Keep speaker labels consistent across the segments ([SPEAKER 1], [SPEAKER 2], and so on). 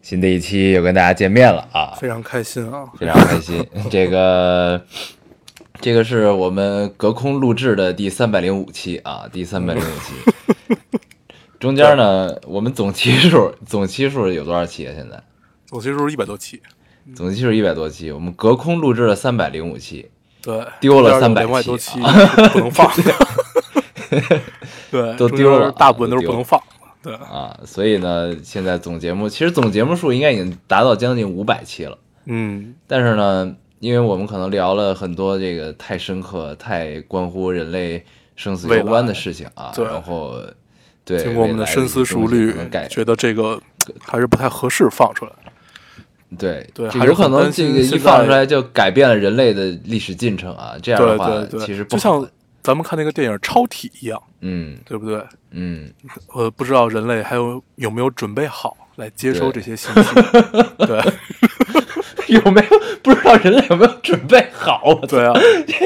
[SPEAKER 1] 新的一期又跟大家见面了啊，
[SPEAKER 2] 非常开心啊！
[SPEAKER 1] 非常开心。 这个这个是我们隔空录制的第三百零五期啊，第三百零五期。中间呢，我们总期数总期数有多少期啊？现在
[SPEAKER 2] 总期数一百多期，
[SPEAKER 1] 总期数一百多期，我们隔空录制了三百零五期。
[SPEAKER 2] 对，
[SPEAKER 1] 丢了
[SPEAKER 2] 中间
[SPEAKER 1] 300
[SPEAKER 2] 有两百多
[SPEAKER 1] 期
[SPEAKER 2] 期 不能放，对，
[SPEAKER 1] 都
[SPEAKER 2] 中
[SPEAKER 1] 丢
[SPEAKER 2] 间
[SPEAKER 1] 了啊
[SPEAKER 2] 大部分都是
[SPEAKER 1] 都丢
[SPEAKER 2] 不
[SPEAKER 1] 了
[SPEAKER 2] 能放，对，
[SPEAKER 1] 啊，所以呢，现在总节目其实总节目数应该已经达到将近五百期了，
[SPEAKER 2] 嗯，
[SPEAKER 1] 但是呢，因为我们可能聊了很多这个太深刻、太关乎人类生死
[SPEAKER 2] 未
[SPEAKER 1] 攸关的
[SPEAKER 2] 来
[SPEAKER 1] 事情啊，
[SPEAKER 2] 对
[SPEAKER 1] 然后对
[SPEAKER 2] 经过我们
[SPEAKER 1] 未
[SPEAKER 2] 的
[SPEAKER 1] 来
[SPEAKER 2] 深
[SPEAKER 1] 一些
[SPEAKER 2] 思熟
[SPEAKER 1] 东西
[SPEAKER 2] 虑
[SPEAKER 1] 可能改，
[SPEAKER 2] 觉得这个还是不太合适放出来，
[SPEAKER 1] 对
[SPEAKER 2] 对
[SPEAKER 1] 这
[SPEAKER 2] 还
[SPEAKER 1] 有
[SPEAKER 2] 是
[SPEAKER 1] 可
[SPEAKER 2] 很
[SPEAKER 1] 能
[SPEAKER 2] 担
[SPEAKER 1] 这
[SPEAKER 2] 心
[SPEAKER 1] 个一
[SPEAKER 2] 现
[SPEAKER 1] 放出
[SPEAKER 2] 在
[SPEAKER 1] 来就改变了人类的历史进程啊，这样的
[SPEAKER 2] 对
[SPEAKER 1] 话
[SPEAKER 2] 对对，
[SPEAKER 1] 其实不
[SPEAKER 2] 就
[SPEAKER 1] 好
[SPEAKER 2] 像咱们看那个电影《超体》一样，
[SPEAKER 1] 嗯
[SPEAKER 2] 对不对？
[SPEAKER 1] 嗯，
[SPEAKER 2] 我不知道人类还有有没有准备好来接收
[SPEAKER 1] 对
[SPEAKER 2] 这些信 息，对
[SPEAKER 1] 有没有不知道人类有没有准备好？我操
[SPEAKER 2] 对啊，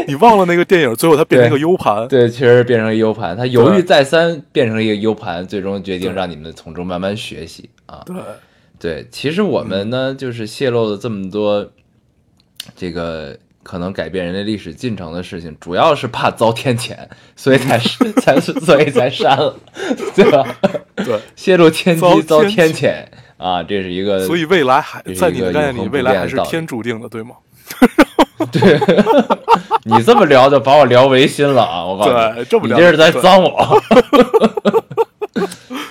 [SPEAKER 2] 你忘了那个电影最后它变成一个
[SPEAKER 1] 对
[SPEAKER 2] U 盘，
[SPEAKER 1] 对，其实变成一个 U 盘，它犹豫
[SPEAKER 2] 对
[SPEAKER 1] 再三，变成了一个 U 盘，最终决定
[SPEAKER 2] 对
[SPEAKER 1] 让你们从中慢慢学习啊。
[SPEAKER 2] 对嗯
[SPEAKER 1] 对，其实我们呢，就是泄露了这么多这个可能改变人类历史进程的事情，主要是怕遭天谴，所以才 是才是所以才删了，对吧？
[SPEAKER 2] 对。
[SPEAKER 1] 泄露天机
[SPEAKER 2] 遭
[SPEAKER 1] 遭天
[SPEAKER 2] 天
[SPEAKER 1] 谴啊，这是一个
[SPEAKER 2] 所以未来还
[SPEAKER 1] 这是
[SPEAKER 2] 在
[SPEAKER 1] 一
[SPEAKER 2] 你的
[SPEAKER 1] 个
[SPEAKER 2] 概
[SPEAKER 1] 永
[SPEAKER 2] 念里，
[SPEAKER 1] 恒不
[SPEAKER 2] 未来
[SPEAKER 1] 变
[SPEAKER 2] 还
[SPEAKER 1] 的
[SPEAKER 2] 是
[SPEAKER 1] 道理
[SPEAKER 2] 天注定的，对吗？
[SPEAKER 1] 对，你这么聊就把我聊违心了啊！我告诉你，
[SPEAKER 2] 对这么
[SPEAKER 1] 你
[SPEAKER 2] 聊
[SPEAKER 1] 这是在
[SPEAKER 2] 对
[SPEAKER 1] 脏我，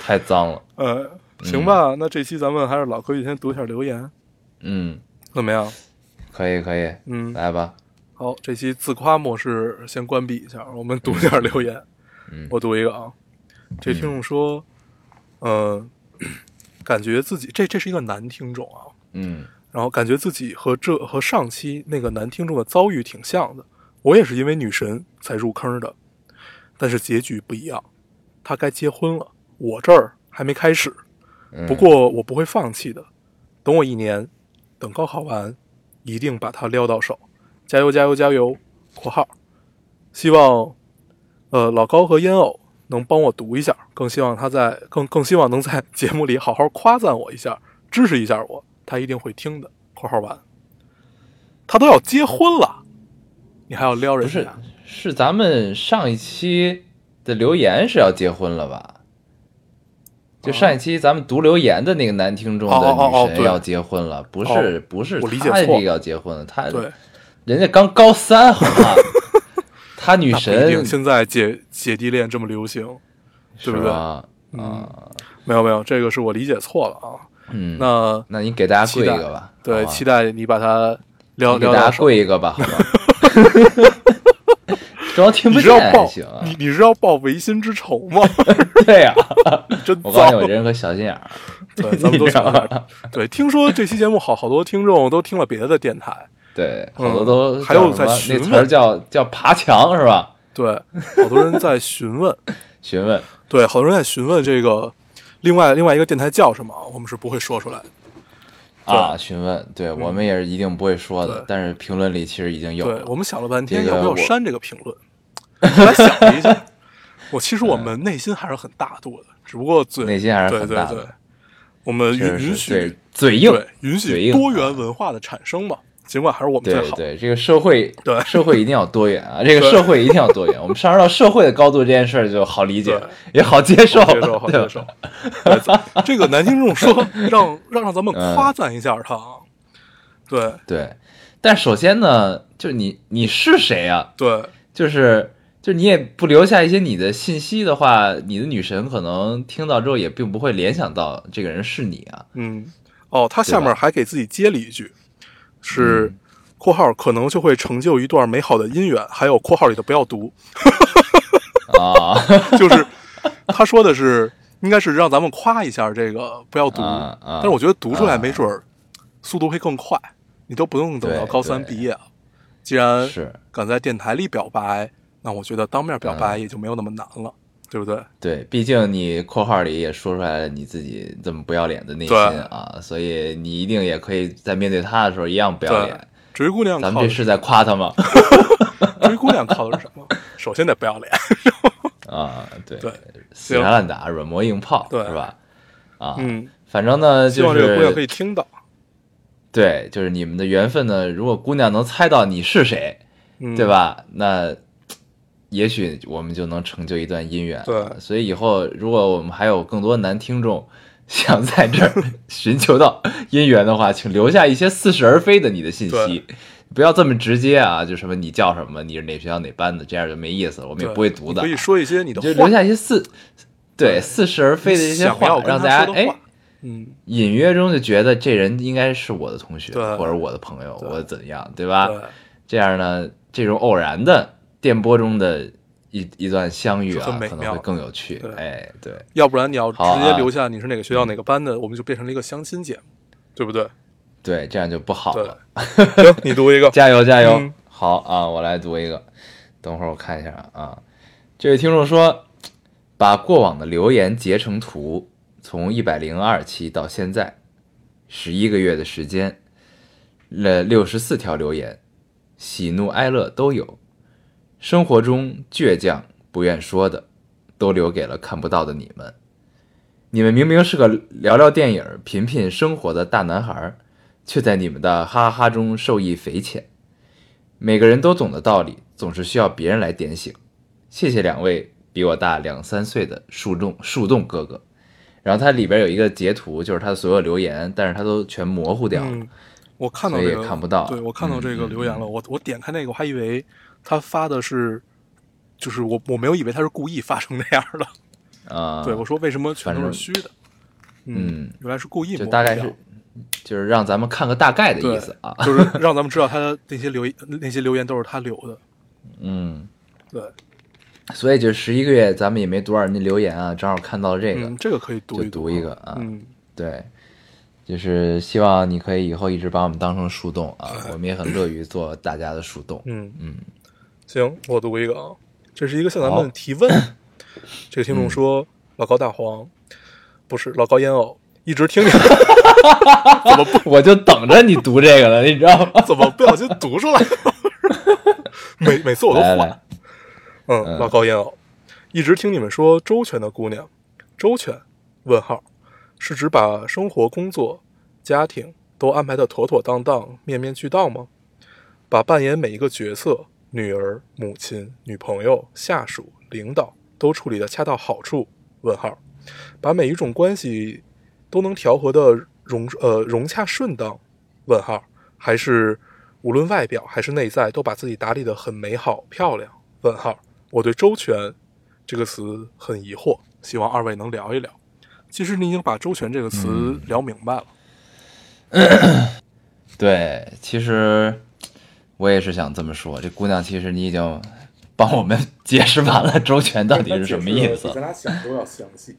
[SPEAKER 1] 太脏了。
[SPEAKER 2] 呃，行吧，那这期咱们还是老规矩，先读一下留言，
[SPEAKER 1] 嗯，
[SPEAKER 2] 怎么样？
[SPEAKER 1] 可以可以，
[SPEAKER 2] 嗯
[SPEAKER 1] 来吧。
[SPEAKER 2] 好，这期自夸模式先关闭一下，我们读一下留言。
[SPEAKER 1] 嗯
[SPEAKER 2] 我读一个啊，这听众说，呃，感觉自己这这是一个男听众啊，
[SPEAKER 1] 嗯
[SPEAKER 2] 然后感觉自己和这和上期那个男听众的遭遇挺像的，我也是因为女神才入坑的，但是结局不一样，他该结婚了，我这儿还没开始。
[SPEAKER 1] 嗯，
[SPEAKER 2] 不过我不会放弃的，等我一年，等高考完，一定把它撩到手，加油加油加油！（括号）希望，呃，老高和烟偶能帮我读一下，更希望他在更 更希望能在节目里好好夸赞我一下，支持一下我，他一定会听的。（括号完）他都要结婚了，你还要撩
[SPEAKER 1] 不
[SPEAKER 2] 人
[SPEAKER 1] 是
[SPEAKER 2] 家？
[SPEAKER 1] 是咱们上一期的留言是要结婚了吧？就上一期咱们读留言的那个男听众
[SPEAKER 2] 哦
[SPEAKER 1] 的
[SPEAKER 2] 哦哦哦
[SPEAKER 1] 女神
[SPEAKER 2] 对
[SPEAKER 1] 要结婚了，不是
[SPEAKER 2] 哦
[SPEAKER 1] 不是
[SPEAKER 2] 我理解
[SPEAKER 1] 他这
[SPEAKER 2] 错
[SPEAKER 1] 个
[SPEAKER 2] 了
[SPEAKER 1] 要结婚了，他
[SPEAKER 2] 对，
[SPEAKER 1] 人家刚高三好 吗？他女
[SPEAKER 2] 那不一
[SPEAKER 1] 神
[SPEAKER 2] 定。现在姐姐弟恋这么流行，
[SPEAKER 1] 是
[SPEAKER 2] 对嗯不对
[SPEAKER 1] 吧？啊，
[SPEAKER 2] 没有没有，这个是我理解错了啊。
[SPEAKER 1] 嗯，
[SPEAKER 2] 那
[SPEAKER 1] 那你给大家
[SPEAKER 2] 期
[SPEAKER 1] 跪一
[SPEAKER 2] 待
[SPEAKER 1] 个吧，
[SPEAKER 2] 对，
[SPEAKER 1] 好吧
[SPEAKER 2] 期待你把它撩
[SPEAKER 1] 你给
[SPEAKER 2] 撩
[SPEAKER 1] 大
[SPEAKER 2] 到
[SPEAKER 1] 家
[SPEAKER 2] 手。
[SPEAKER 1] 跪一个吧，好吧？主要听
[SPEAKER 2] 你
[SPEAKER 1] 不
[SPEAKER 2] 是
[SPEAKER 1] 见
[SPEAKER 2] 要
[SPEAKER 1] 还
[SPEAKER 2] 报
[SPEAKER 1] 行啊，
[SPEAKER 2] 你你是要报唯心之仇 吗？
[SPEAKER 1] 对啊呀，
[SPEAKER 2] 真
[SPEAKER 1] 我告诉你，
[SPEAKER 2] 糟
[SPEAKER 1] 我！这人可小心眼儿，
[SPEAKER 2] 对，咱们都
[SPEAKER 1] 你知道
[SPEAKER 2] 想
[SPEAKER 1] 吗
[SPEAKER 2] 对，听说这期节目好好多听众都听了别的电台，
[SPEAKER 1] 对，
[SPEAKER 2] 嗯
[SPEAKER 1] 好多都
[SPEAKER 2] 还
[SPEAKER 1] 叫
[SPEAKER 2] 有
[SPEAKER 1] 什
[SPEAKER 2] 在
[SPEAKER 1] 么
[SPEAKER 2] 询
[SPEAKER 1] 那
[SPEAKER 2] 问
[SPEAKER 1] 词儿叫叫爬墙是吧？
[SPEAKER 2] 对，好多人在询问，
[SPEAKER 1] 询问，
[SPEAKER 2] 对，好多人在询问这个另外另外一个电台叫什么，我们是不会说出来的。
[SPEAKER 1] 啊，询问，对我们也是一定不会说的
[SPEAKER 2] 嗯对，
[SPEAKER 1] 但是评论里其实已经有
[SPEAKER 2] 对
[SPEAKER 1] 了。
[SPEAKER 2] 我们想了半天，
[SPEAKER 1] 这个
[SPEAKER 2] 要不
[SPEAKER 1] 我
[SPEAKER 2] 要删这个评论？后 来想了一下，我其实我们内心还是很大度的，只不过嘴
[SPEAKER 1] 嗯内心还是
[SPEAKER 2] 对
[SPEAKER 1] 很
[SPEAKER 2] 对
[SPEAKER 1] 大
[SPEAKER 2] 对
[SPEAKER 1] 的，
[SPEAKER 2] 我们
[SPEAKER 1] 确
[SPEAKER 2] 允
[SPEAKER 1] 实
[SPEAKER 2] 允
[SPEAKER 1] 是对
[SPEAKER 2] 许
[SPEAKER 1] 嘴硬，
[SPEAKER 2] 对，允
[SPEAKER 1] 嘴
[SPEAKER 2] 许
[SPEAKER 1] 硬啊
[SPEAKER 2] 多元文化的产生嘛，尽管还是我们
[SPEAKER 1] 对
[SPEAKER 2] 最 好。
[SPEAKER 1] 对，这个社会
[SPEAKER 2] 对
[SPEAKER 1] 社会一定要多元啊，这个
[SPEAKER 2] 对
[SPEAKER 1] 社会一定要多元。我们上升到社会的高度，这件事儿就好理解
[SPEAKER 2] 对，
[SPEAKER 1] 也好接受，
[SPEAKER 2] 好接受，好
[SPEAKER 1] 对吧
[SPEAKER 2] 接受。 对这个男听众说，让让让咱们
[SPEAKER 1] 嗯
[SPEAKER 2] 夸赞一下他啊。对
[SPEAKER 1] 对，但首先呢，就你你是谁啊？
[SPEAKER 2] 对
[SPEAKER 1] 就是就你也不留下一些你的信息的话，你的女神可能听到之后也并不会联想到这个人是你啊。
[SPEAKER 2] 嗯，哦，他下
[SPEAKER 1] 对嗯
[SPEAKER 2] 面还给自己接了一句，是（括号可能就会成就一段美好的姻缘），还有括号里的不要读，
[SPEAKER 1] 啊
[SPEAKER 2] 就是他说的是，应该是让咱们夸一下这个不要读，
[SPEAKER 1] 啊啊
[SPEAKER 2] 但是我觉得读出来没准儿速度会更快，你都不用等到
[SPEAKER 1] 对
[SPEAKER 2] 高三
[SPEAKER 1] 对
[SPEAKER 2] 毕业啊。既然
[SPEAKER 1] 是
[SPEAKER 2] 敢在电台里表白，那我觉得当面表
[SPEAKER 1] 嗯
[SPEAKER 2] 白也就没有那么难了，对不对？
[SPEAKER 1] 对，毕竟你括号里也说出来了你自己这么不要脸的内心
[SPEAKER 2] 对
[SPEAKER 1] 啊，所以你一定也可以在面对他的时候一样不要
[SPEAKER 2] 对
[SPEAKER 1] 脸。，
[SPEAKER 2] 追姑娘
[SPEAKER 1] 咱
[SPEAKER 2] 靠
[SPEAKER 1] 们
[SPEAKER 2] 的
[SPEAKER 1] 这是在夸他 吗？
[SPEAKER 2] 追姑娘靠的是什么？ 首先得不要脸，
[SPEAKER 1] 啊，对，
[SPEAKER 2] 对
[SPEAKER 1] 死缠烂打、软磨硬泡，
[SPEAKER 2] 对
[SPEAKER 1] 是吧？啊，
[SPEAKER 2] 嗯，
[SPEAKER 1] 反正呢，
[SPEAKER 2] 希
[SPEAKER 1] 就
[SPEAKER 2] 望这个姑娘可
[SPEAKER 1] 是
[SPEAKER 2] 以听到，
[SPEAKER 1] 对，就是你们的缘分呢。如果姑娘能猜到你是谁，
[SPEAKER 2] 嗯，
[SPEAKER 1] 对？吧？那也许我们就能成就一段姻缘。
[SPEAKER 2] 对
[SPEAKER 1] 所以以后如果我们还有更多男听众 想在这儿寻求到姻缘的话，请留下一些似是而非的你的信息
[SPEAKER 2] 对。
[SPEAKER 1] 不要这么直接啊！就什么你叫什么，你是哪学校哪班的，这样就没意思了，我们也
[SPEAKER 2] 对
[SPEAKER 1] 不会读的。
[SPEAKER 2] 你可以说一些你
[SPEAKER 1] 你
[SPEAKER 2] 的
[SPEAKER 1] 就
[SPEAKER 2] 话
[SPEAKER 1] 留，下一些似对似是而非的一些
[SPEAKER 2] 想要
[SPEAKER 1] 话，
[SPEAKER 2] 跟
[SPEAKER 1] 让
[SPEAKER 2] 他
[SPEAKER 1] 大家
[SPEAKER 2] 说的
[SPEAKER 1] 哎
[SPEAKER 2] 话，嗯，
[SPEAKER 1] 隐约中就觉得这人应该是我的同学，
[SPEAKER 2] 对
[SPEAKER 1] 或者我的朋友，
[SPEAKER 2] 对
[SPEAKER 1] 我怎样，对吧？
[SPEAKER 2] 对，
[SPEAKER 1] 这样呢，这种偶然的电波中的一一段相遇
[SPEAKER 2] 是
[SPEAKER 1] 啊
[SPEAKER 2] 很，美
[SPEAKER 1] 可能
[SPEAKER 2] 妙
[SPEAKER 1] 会
[SPEAKER 2] 的
[SPEAKER 1] 更有趣
[SPEAKER 2] 对。
[SPEAKER 1] 哎，对，
[SPEAKER 2] 要不然你要直
[SPEAKER 1] 好
[SPEAKER 2] 接
[SPEAKER 1] 啊
[SPEAKER 2] 留下你是哪个学校哪个班的，我们就变成了一个相亲节目，对不对？
[SPEAKER 1] 对，这样就不好了。
[SPEAKER 2] 对，行，你读一 个，
[SPEAKER 1] 加油加油！
[SPEAKER 2] 嗯
[SPEAKER 1] 好啊，我来读一个。等会儿我看一下啊，这位听众说，把过往的留言截成图，从一百零二期到现在，十一个月的时间，了六十四条留言，喜怒哀乐都有。生活中倔强不愿说的，都留给了看不到的你们。你们明明是个聊聊电影、品品生活的大男孩儿，却在你们的哈哈哈中受益匪浅。每个人都懂的道理，总是需要别人来点醒。谢谢两位比我大两三岁的树洞树洞哥哥。然后它里边有一个截图，就是他所有留言，但是他都全模糊掉了。
[SPEAKER 2] 嗯，我看到这
[SPEAKER 1] 所以
[SPEAKER 2] 个
[SPEAKER 1] 看不到
[SPEAKER 2] 对我看到这个
[SPEAKER 1] 嗯嗯
[SPEAKER 2] 留言了，我我点开那个，我还以为他发的是，就是我我没有以为他是故意发成那样 的，
[SPEAKER 1] 啊、
[SPEAKER 2] 对我说为什么全都是虚的，
[SPEAKER 1] 嗯，
[SPEAKER 2] 原来是故意
[SPEAKER 1] 就
[SPEAKER 2] 模糊
[SPEAKER 1] 大概
[SPEAKER 2] 掉
[SPEAKER 1] 是，就是让咱们看个大概的
[SPEAKER 2] 对
[SPEAKER 1] 意思啊。
[SPEAKER 2] 就是让咱们知道他的那些留言那些留言都是他留的，
[SPEAKER 1] 嗯，
[SPEAKER 2] 对，
[SPEAKER 1] 所以就十一个月，咱们也没读多少人家留言啊，正好看到了这个，
[SPEAKER 2] 嗯，这个可以读
[SPEAKER 1] 就
[SPEAKER 2] 一
[SPEAKER 1] 读一个啊。
[SPEAKER 2] 嗯，
[SPEAKER 1] 对，就是希望你可以以后一直把我们当成树洞啊，我们也很乐于做大家的树 洞。
[SPEAKER 2] 嗯
[SPEAKER 1] 嗯，
[SPEAKER 2] 行，我读一个啊，这是一个向咱
[SPEAKER 1] 好嗯
[SPEAKER 2] 们提问。这个听众说：“老高大黄，不是老高烟偶，一直听你，
[SPEAKER 1] 我就等着你读这个了，你知道吗？
[SPEAKER 2] 怎么不小心读出来了？ 每每次 我都
[SPEAKER 1] 来
[SPEAKER 2] 换。
[SPEAKER 1] 来，
[SPEAKER 2] 嗯，老高烟偶，一直听你们说周全的姑娘，周全？问号，是指把生活、工作、家庭都安排的妥妥当当、面面俱到吗？把扮演每一个角色，女儿、母亲、女朋友、下属、领导都处理的恰到好处？问号，把每一种关系都能调和的融呃融洽顺当？问号，还是无论外表还是内在都把自己打理的很美好漂亮？问号，我对“周全”这个词很疑惑，希望二位能聊一聊。其实你已经把“周全”这个词聊明白了，
[SPEAKER 1] 对，其实我也是想这么说，这姑娘其实你已经帮我们解释完了周全
[SPEAKER 2] 哎
[SPEAKER 1] 到底是什么意思。
[SPEAKER 2] 俩想都要详细，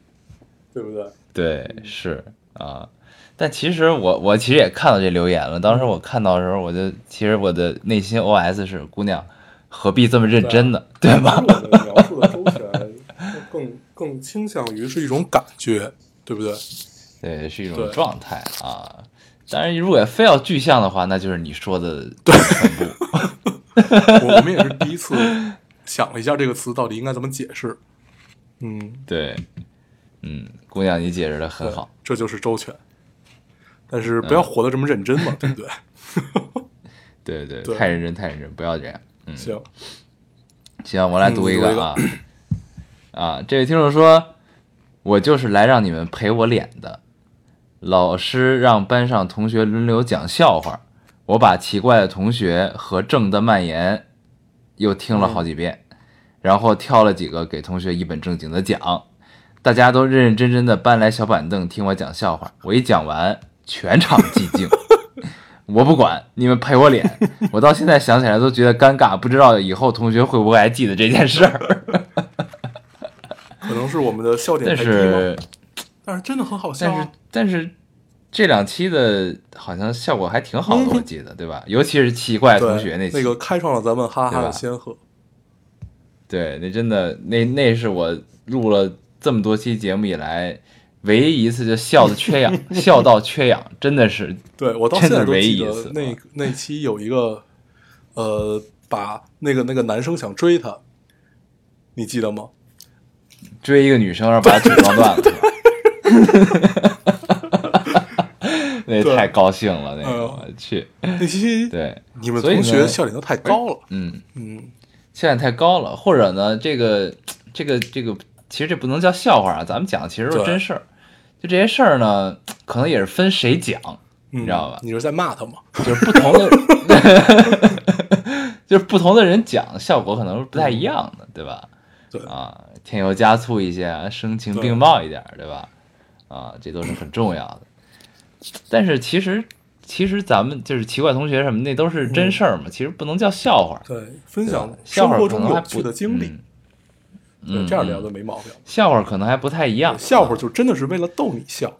[SPEAKER 2] 对不对？
[SPEAKER 1] 对，是啊。但其实我我其实也看到这留言了，当时我看到的时候，我就其实我的内心 OS 是：姑娘何必这么认真呢？对啊吧？
[SPEAKER 2] 我们描述的“周全”更更倾向于是一种感觉，对不对？
[SPEAKER 1] 对，是一
[SPEAKER 2] 对
[SPEAKER 1] 种状态啊。当然，如果非要具象的话，那就是你说的全部。
[SPEAKER 2] 我我们也是第一次想了一下这个词到底应该怎么解释。嗯，
[SPEAKER 1] 对，嗯，姑娘，你解释的很
[SPEAKER 2] 对
[SPEAKER 1] 好。，
[SPEAKER 2] 这就是周全。但是
[SPEAKER 1] 嗯
[SPEAKER 2] 不要活得这么认真嘛，对不对？
[SPEAKER 1] 对对，
[SPEAKER 2] 对
[SPEAKER 1] 太认真，太认真，不要这样。嗯，
[SPEAKER 2] 行，
[SPEAKER 1] 行，我来读一
[SPEAKER 2] 嗯你读一
[SPEAKER 1] 个
[SPEAKER 2] 个
[SPEAKER 1] 啊啊！这位听众说，我就是来让你们陪我脸的。老师让班上同学轮流讲笑话，我把奇怪的同学和正的蔓延又听了
[SPEAKER 2] 嗯
[SPEAKER 1] 好几遍，然后挑了几个给同学一本正经的讲。大家都认认真真的搬来小板凳听我讲笑话，我一讲完，全场寂静。我不管，你们赔我 脸。我到现在想起来都觉得尴尬，不知道以后同学会不会还记得这件事儿。
[SPEAKER 2] 可能是我们的笑点
[SPEAKER 1] 但
[SPEAKER 2] 太低了，
[SPEAKER 1] 是，
[SPEAKER 2] 但是真的很好笑
[SPEAKER 1] 但是
[SPEAKER 2] 啊。，
[SPEAKER 1] 但是，这两期的好像效果还挺好的，我记得对吧？尤其是奇怪
[SPEAKER 2] 嗯对
[SPEAKER 1] 同学那期，
[SPEAKER 2] 那个开创了咱们哈哈
[SPEAKER 1] 对
[SPEAKER 2] 的
[SPEAKER 1] 吧
[SPEAKER 2] 先河。
[SPEAKER 1] 对，那真的，那那是我录了这么多期节目以来，唯一一次就笑的缺 氧，笑到缺氧，真的是
[SPEAKER 2] 对我到
[SPEAKER 1] 真
[SPEAKER 2] 现
[SPEAKER 1] 的
[SPEAKER 2] 在都
[SPEAKER 1] 唯一
[SPEAKER 2] 记
[SPEAKER 1] 一
[SPEAKER 2] 得
[SPEAKER 1] 次
[SPEAKER 2] 那
[SPEAKER 1] 啊
[SPEAKER 2] 那期有一个，呃，把那个那个男生想追她，你记得吗？
[SPEAKER 1] 追一个女生，然后把她腿撞断了，是吧 那也
[SPEAKER 2] 对
[SPEAKER 1] 太高兴了，那个
[SPEAKER 2] 嗯
[SPEAKER 1] 我去，
[SPEAKER 2] 那 期
[SPEAKER 1] 对，
[SPEAKER 2] 你们
[SPEAKER 1] 所以
[SPEAKER 2] 同学
[SPEAKER 1] 呢
[SPEAKER 2] 笑点都太高了，
[SPEAKER 1] 嗯，
[SPEAKER 2] 嗯，
[SPEAKER 1] 笑点太高了，或者呢，这个这个这个，其实这不能叫笑话啊，咱们讲的其实是
[SPEAKER 2] 对
[SPEAKER 1] 真事儿，就这些事儿呢，可能也是分谁讲，
[SPEAKER 2] 你
[SPEAKER 1] 你知道吧
[SPEAKER 2] 你是在骂他吗？
[SPEAKER 1] 就是不同的， 就是不同的人讲效果可能是不太一样的，对吧？
[SPEAKER 2] 对
[SPEAKER 1] 啊，添油加醋一些，声情并茂一点，对吧？啊，这都是很重要的。但是其实，其实咱们就是奇怪同学什么，那都是真事儿嘛，其实不能叫笑话。
[SPEAKER 2] 对，分
[SPEAKER 1] 对吧啊
[SPEAKER 2] 享
[SPEAKER 1] 笑
[SPEAKER 2] 嗯生
[SPEAKER 1] 话
[SPEAKER 2] 活
[SPEAKER 1] 可
[SPEAKER 2] 中
[SPEAKER 1] 能还
[SPEAKER 2] 有
[SPEAKER 1] 不
[SPEAKER 2] 趣的经历，
[SPEAKER 1] 嗯
[SPEAKER 2] 对
[SPEAKER 1] 嗯，
[SPEAKER 2] 这样聊
[SPEAKER 1] 嗯
[SPEAKER 2] 的没毛病。
[SPEAKER 1] 笑话可能还不太一样，
[SPEAKER 2] 笑话
[SPEAKER 1] 啊
[SPEAKER 2] 就真的是为了逗你笑，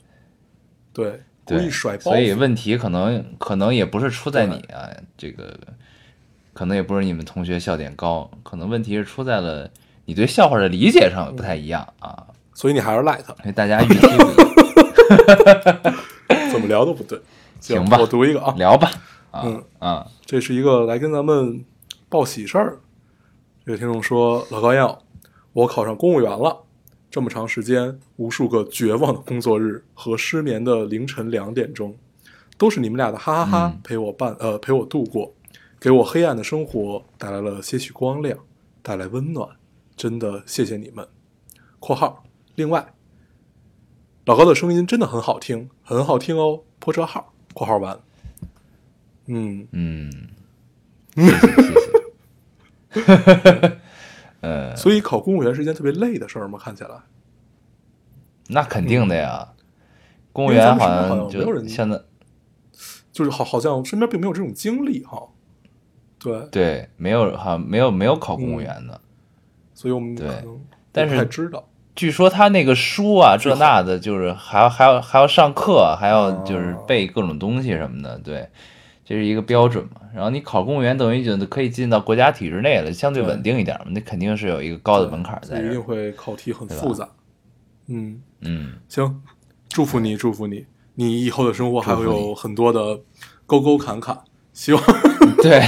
[SPEAKER 2] 对，故
[SPEAKER 1] 对，
[SPEAKER 2] 意甩包
[SPEAKER 1] 所以
[SPEAKER 2] 袱，
[SPEAKER 1] 问题可能可能也不是出在
[SPEAKER 2] 对
[SPEAKER 1] 你啊，这个可能也不是你们同学笑点高，可能问题是出在了你对笑话的理解上不太一样啊，
[SPEAKER 2] 所以你还 是赖他，
[SPEAKER 1] 所以大家预期不一样
[SPEAKER 2] 怎么聊都不对。
[SPEAKER 1] 行吧
[SPEAKER 2] 我读一个啊，
[SPEAKER 1] 聊吧，啊
[SPEAKER 2] 嗯
[SPEAKER 1] 啊，
[SPEAKER 2] 这是一个来跟咱们报喜事儿。这个听众说：“老高要，我考上公务员了。这么长时间，无数个绝望的工作日和失眠的凌晨两点钟，都是你们俩的哈哈哈
[SPEAKER 1] 嗯
[SPEAKER 2] 陪我伴呃陪我度过，给我黑暗的生活带来了些许光亮，带来温暖。真的谢谢你们。”（括号）另外，老高的声音真的很好听，很好听哦。破折号（括号完）。嗯，
[SPEAKER 1] 嗯，谢谢谢谢，嗯，
[SPEAKER 2] 所以考公务员是一件特别累的事儿吗？看起来，
[SPEAKER 1] 那肯定的呀，公务
[SPEAKER 2] 嗯因为
[SPEAKER 1] 员
[SPEAKER 2] 咱们
[SPEAKER 1] 好
[SPEAKER 2] 身边好
[SPEAKER 1] 像就
[SPEAKER 2] 像没有人
[SPEAKER 1] 现在
[SPEAKER 2] 就是好，好像身边并没有这种经历哈。对，
[SPEAKER 1] 对没有好像没有没有考公
[SPEAKER 2] 嗯
[SPEAKER 1] 务员的，
[SPEAKER 2] 所以我们可
[SPEAKER 1] 对
[SPEAKER 2] 能
[SPEAKER 1] 但
[SPEAKER 2] 不
[SPEAKER 1] 是
[SPEAKER 2] 太知道，
[SPEAKER 1] 据说他那个书啊，
[SPEAKER 2] 最
[SPEAKER 1] 这
[SPEAKER 2] 好
[SPEAKER 1] 那的，就是还要还要还要上课，还要就是
[SPEAKER 2] 哦
[SPEAKER 1] 背各种东西什么的，对，这是一个标准嘛。然后你考公务员，等于就可以进到国家体制内了，相对
[SPEAKER 2] 对
[SPEAKER 1] 稳定一点嘛。那肯定是有一个高的门槛
[SPEAKER 2] 所
[SPEAKER 1] 在
[SPEAKER 2] 以
[SPEAKER 1] 这
[SPEAKER 2] 一定
[SPEAKER 1] 儿。
[SPEAKER 2] 会考题很
[SPEAKER 1] 对吧
[SPEAKER 2] 复杂。嗯，
[SPEAKER 1] 嗯，
[SPEAKER 2] 行，祝福你，祝福你，你以后的生活还会
[SPEAKER 1] 祝福
[SPEAKER 2] 有
[SPEAKER 1] 你
[SPEAKER 2] 很多的沟沟坎坎。希望
[SPEAKER 1] 对，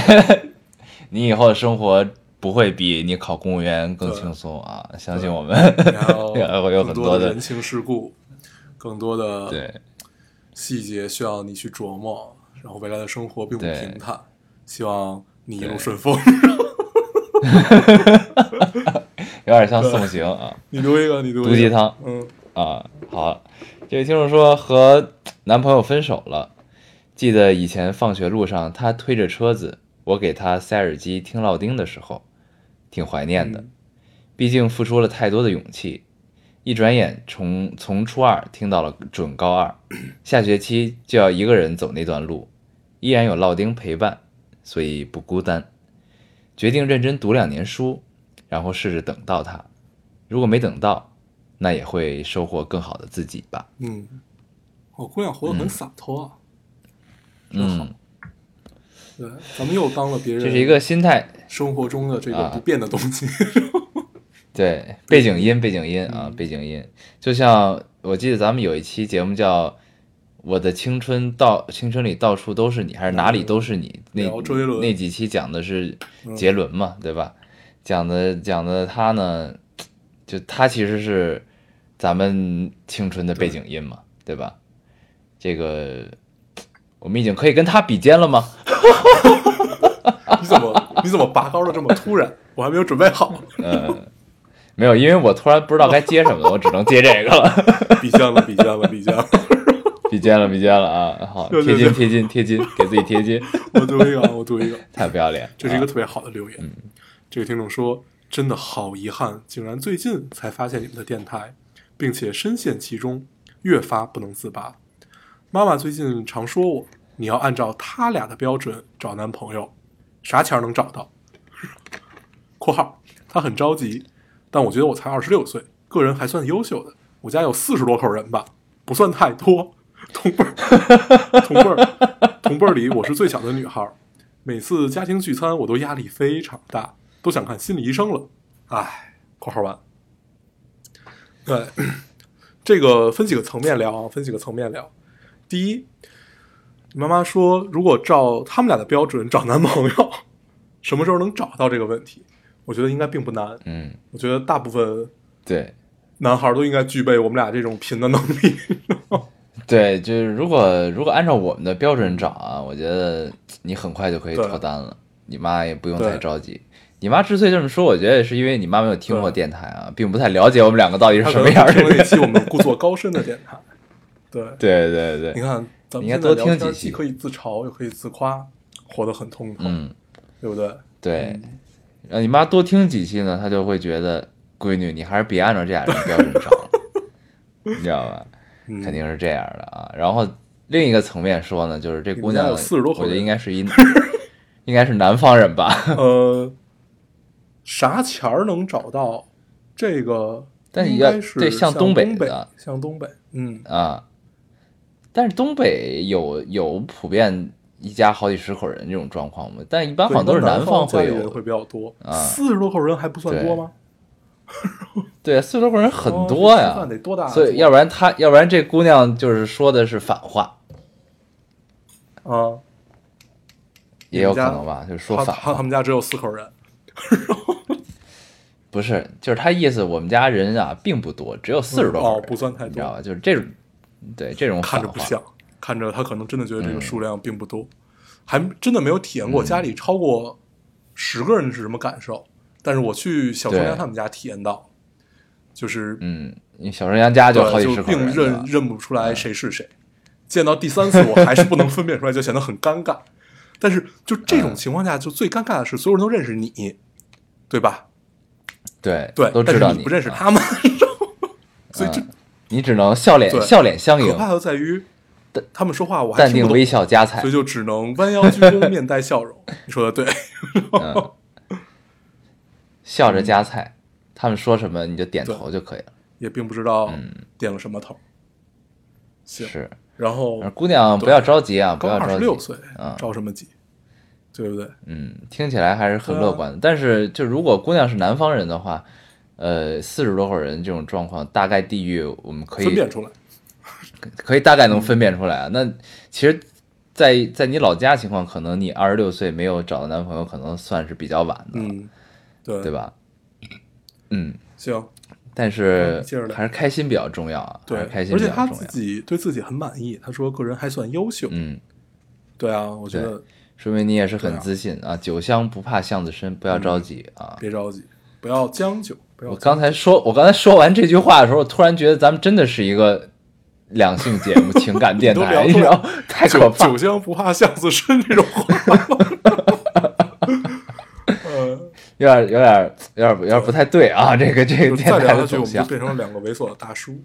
[SPEAKER 1] 你以后的生活不会比你考公务员更
[SPEAKER 2] 对
[SPEAKER 1] 轻松啊，相信
[SPEAKER 2] 对
[SPEAKER 1] 我们。
[SPEAKER 2] 然后
[SPEAKER 1] 会有
[SPEAKER 2] 更
[SPEAKER 1] 很
[SPEAKER 2] 多
[SPEAKER 1] 多
[SPEAKER 2] 的
[SPEAKER 1] 的
[SPEAKER 2] 人情世故，更多的
[SPEAKER 1] 对，
[SPEAKER 2] 细节需要你去琢磨，然后未来的生活并不
[SPEAKER 1] 对
[SPEAKER 2] 平坦。希望你一路
[SPEAKER 1] 对
[SPEAKER 2] 顺风。
[SPEAKER 1] 有点像送行啊。
[SPEAKER 2] 你读一个，你读一个
[SPEAKER 1] 毒鸡汤
[SPEAKER 2] 嗯，
[SPEAKER 1] 啊，好，这位听众说和男朋友分手了，记得以前放学路上他推着车子，我给他塞耳机听老丁的时候，挺怀念的
[SPEAKER 2] 嗯，
[SPEAKER 1] 毕竟付出了太多的勇气。一转眼从从初二听到了准高二，下学期就要一个人走那段路，依然有老丁陪伴，所以不孤单。决定认真读两年书，然后试着等到他。如果没等到，那也会收获更好的自己吧。
[SPEAKER 2] 嗯，我姑娘活得很洒脱啊。真好
[SPEAKER 1] 嗯，
[SPEAKER 2] 对，咱们又当了别人，
[SPEAKER 1] 这是一个心态，
[SPEAKER 2] 生活中的这个
[SPEAKER 1] 啊
[SPEAKER 2] 不变的东西。
[SPEAKER 1] 对背景音，背景
[SPEAKER 2] 嗯
[SPEAKER 1] 音啊，背景音。就像我记得咱们有一期节目叫《我的青春到青春里到处都是你》，还是哪里都是你？那
[SPEAKER 2] 聊周杰伦嗯
[SPEAKER 1] 那几期讲的是杰伦嘛，对吧？讲的讲的他呢，就他其实是咱们青春的背景音嘛，对吧？这个我们已经可以跟他比肩了吗？
[SPEAKER 2] 你怎么你怎么拔高的这么突然？我还没有准 备好，
[SPEAKER 1] 嗯，没有，因为我突然不知道该接什么了，我只能接这个了。
[SPEAKER 2] 比肩了，比肩了，比肩了。
[SPEAKER 1] 比肩了，比肩了啊！好，
[SPEAKER 2] 对
[SPEAKER 1] 贴
[SPEAKER 2] 对
[SPEAKER 1] 金，
[SPEAKER 2] 对
[SPEAKER 1] 贴金，贴金，给自己贴 金，
[SPEAKER 2] 我读一个啊，我读一个，
[SPEAKER 1] 太不要脸。
[SPEAKER 2] 这是一个
[SPEAKER 1] 啊
[SPEAKER 2] 特别好的留言。这个听众说：“真的好遗憾，竟然最近才发现你们的电台，并且深陷其中，越发不能自拔。妈妈最近常说我，你要按照他俩的标准找男朋友，啥钱儿能找到？” （括号）他很着急，但我觉得我才二十六岁，个人还算优秀的。我家有四十多口人吧，不算太多，同辈儿，同辈儿，同辈儿里我是最小的女孩儿。每次家庭聚餐，我都压力非常大，都想看心理医生了。唉，括号完。对，这个分几个层面聊啊，分几个层面聊。第一，你妈妈说，如果照他们俩的标准找男朋友，什么时候能找到这个问题？我觉得应该并不难。
[SPEAKER 1] 嗯，
[SPEAKER 2] 我觉得大部分
[SPEAKER 1] 对
[SPEAKER 2] 男孩儿都应该具备我们俩这种贫的能力。
[SPEAKER 1] 对，就是如果如果按照我们的标准找啊，我觉得你很快就可以
[SPEAKER 2] 对
[SPEAKER 1] 脱单了，你妈也不用太
[SPEAKER 2] 对
[SPEAKER 1] 着急。你妈之所以这么说，我觉得也是因为你妈没有听过
[SPEAKER 2] 对
[SPEAKER 1] 电台啊，并不太了解我们两个到底是
[SPEAKER 2] 他
[SPEAKER 1] 什
[SPEAKER 2] 可
[SPEAKER 1] 么
[SPEAKER 2] 能
[SPEAKER 1] 样的
[SPEAKER 2] 听了
[SPEAKER 1] 人
[SPEAKER 2] 那。期我们故作高深的电台。对，
[SPEAKER 1] 对对对，
[SPEAKER 2] 你看，咱们
[SPEAKER 1] 应该
[SPEAKER 2] 现在
[SPEAKER 1] 多
[SPEAKER 2] 聊
[SPEAKER 1] 听
[SPEAKER 2] 天
[SPEAKER 1] 几
[SPEAKER 2] 既
[SPEAKER 1] 期
[SPEAKER 2] 可以自嘲，又可以自夸，活得很通透，
[SPEAKER 1] 嗯，
[SPEAKER 2] 对不对？
[SPEAKER 1] 对，
[SPEAKER 2] 嗯
[SPEAKER 1] 让你妈多听几期呢，她就会觉得闺女，你还是别按照这俩人标准 找了，你知道吧？
[SPEAKER 2] 嗯
[SPEAKER 1] 肯定是这样的啊。然后另一个层面说呢，就是这姑娘，
[SPEAKER 2] 你们家有40多口
[SPEAKER 1] 我觉得
[SPEAKER 2] 人
[SPEAKER 1] 应该是一， 应该是南方人吧。
[SPEAKER 2] 呃，啥钱儿能找到？这个
[SPEAKER 1] 但
[SPEAKER 2] 应
[SPEAKER 1] 要
[SPEAKER 2] 该是
[SPEAKER 1] 对像
[SPEAKER 2] 向
[SPEAKER 1] 东
[SPEAKER 2] 东
[SPEAKER 1] 北
[SPEAKER 2] 北
[SPEAKER 1] 的，
[SPEAKER 2] 向东北，嗯，
[SPEAKER 1] 啊，但是东北有有普遍一家好几十口人这种状况吗？但一般好像都是
[SPEAKER 2] 对南
[SPEAKER 1] 方
[SPEAKER 2] 家
[SPEAKER 1] 会
[SPEAKER 2] 里人
[SPEAKER 1] 有，
[SPEAKER 2] 会比较多
[SPEAKER 1] 啊，
[SPEAKER 2] 四十多口人还不算多吗？
[SPEAKER 1] 对，四十多口人很
[SPEAKER 2] 哦
[SPEAKER 1] 多
[SPEAKER 2] 这
[SPEAKER 1] 呀
[SPEAKER 2] 吃，饭得多大啊？
[SPEAKER 1] 所以要不然她，要不然这姑娘就是说的是反话，
[SPEAKER 2] 啊，
[SPEAKER 1] 也有可能吧，就是说
[SPEAKER 2] 他
[SPEAKER 1] 反
[SPEAKER 2] 他
[SPEAKER 1] 话
[SPEAKER 2] 他，们家只有四口人，
[SPEAKER 1] 不是，就是她意思，我们家人啊并不多，只有四十多口人、
[SPEAKER 2] 哦不算太多
[SPEAKER 1] 你知道吧？就是这种，对这种反
[SPEAKER 2] 看着
[SPEAKER 1] 话嗯
[SPEAKER 2] 不像，看着他可能真的觉得这个数量并不多，还真的没有体验过家里超过十个人是什么感受。但是我去小春
[SPEAKER 1] 对
[SPEAKER 2] 家他们家体验到，就是
[SPEAKER 1] 嗯，因为小生杨家
[SPEAKER 2] 对
[SPEAKER 1] 就好几
[SPEAKER 2] 就
[SPEAKER 1] 十口
[SPEAKER 2] 并
[SPEAKER 1] 人嗯
[SPEAKER 2] 认
[SPEAKER 1] 了，
[SPEAKER 2] 认不出来谁是谁。见到第三次，我还是不能分辨出来，就显得很尴尬。但是就这
[SPEAKER 1] 嗯
[SPEAKER 2] 种情况下，就最尴尬的是所有人都认识你，对吧？
[SPEAKER 1] 对
[SPEAKER 2] 对，
[SPEAKER 1] 都
[SPEAKER 2] 但
[SPEAKER 1] 知
[SPEAKER 2] 是
[SPEAKER 1] 道
[SPEAKER 2] 你不认识
[SPEAKER 1] 啊嗯
[SPEAKER 2] 他们， 所以这
[SPEAKER 1] 你只能笑脸
[SPEAKER 2] 对
[SPEAKER 1] 笑脸相
[SPEAKER 2] 可
[SPEAKER 1] 迎，
[SPEAKER 2] 怕就在于
[SPEAKER 1] 淡，
[SPEAKER 2] 他们说话我还
[SPEAKER 1] 淡
[SPEAKER 2] 听
[SPEAKER 1] 定
[SPEAKER 2] 不懂
[SPEAKER 1] 微，笑加彩
[SPEAKER 2] 所以。就只能弯腰鞠躬，面带笑 容。你说的对，
[SPEAKER 1] 嗯，笑着夹
[SPEAKER 2] 嗯
[SPEAKER 1] 菜，他们说什么你就点头就可以了。
[SPEAKER 2] 也并不知道
[SPEAKER 1] 嗯
[SPEAKER 2] 点了什么头。行，
[SPEAKER 1] 是，
[SPEAKER 2] 然后
[SPEAKER 1] 而姑娘不要着急啊，不
[SPEAKER 2] 刚
[SPEAKER 1] 要
[SPEAKER 2] 二十
[SPEAKER 1] 着
[SPEAKER 2] 六
[SPEAKER 1] 急
[SPEAKER 2] 岁
[SPEAKER 1] 啊，。
[SPEAKER 2] 着什么急？对不对？
[SPEAKER 1] 嗯，听起来还是很乐观
[SPEAKER 2] 啊
[SPEAKER 1] 的。但是，就如果姑娘是南方人的话，呃，四十多口人这种状况，大概地域我们可
[SPEAKER 2] 分
[SPEAKER 1] 以
[SPEAKER 2] 辨出来，
[SPEAKER 1] 可以大概能分辨出来
[SPEAKER 2] 嗯
[SPEAKER 1] 啊。那其实在，在你老家情况，可能你二十六岁没有找到男朋友，可能算是比较晚的，
[SPEAKER 2] 嗯，对
[SPEAKER 1] 对？吧？嗯，
[SPEAKER 2] 行，
[SPEAKER 1] 但是
[SPEAKER 2] 嗯接着聊
[SPEAKER 1] 还是开心比较重要啊，
[SPEAKER 2] 对
[SPEAKER 1] 还是开，心
[SPEAKER 2] 而
[SPEAKER 1] 比
[SPEAKER 2] 且
[SPEAKER 1] 较重
[SPEAKER 2] 他
[SPEAKER 1] 要
[SPEAKER 2] 自。己对自己很满意，他说个人还算优秀。
[SPEAKER 1] 嗯，
[SPEAKER 2] 对啊，我觉得
[SPEAKER 1] 说明你也是
[SPEAKER 2] 对
[SPEAKER 1] 很
[SPEAKER 2] 啊
[SPEAKER 1] 自信啊。酒香不怕巷子深，不要着急啊。
[SPEAKER 2] 别着急，不要将就，不要
[SPEAKER 1] 我刚才说，我刚才说完这句话的时候，我突然觉得咱们真的是一个两性节目、情感电
[SPEAKER 2] 你都聊
[SPEAKER 1] 台，你
[SPEAKER 2] 出来
[SPEAKER 1] 知道吗，太可
[SPEAKER 2] 酒
[SPEAKER 1] 怕
[SPEAKER 2] 酒
[SPEAKER 1] 了。
[SPEAKER 2] 香不怕巷子深这种 话。呃，
[SPEAKER 1] 有点、有点、有点、有点不太对啊。这个这
[SPEAKER 2] 就
[SPEAKER 1] 个
[SPEAKER 2] 再
[SPEAKER 1] 电台
[SPEAKER 2] 聊下
[SPEAKER 1] 的啊
[SPEAKER 2] 去，
[SPEAKER 1] 走
[SPEAKER 2] 我们就
[SPEAKER 1] 向
[SPEAKER 2] 变成了两个猥琐的大叔，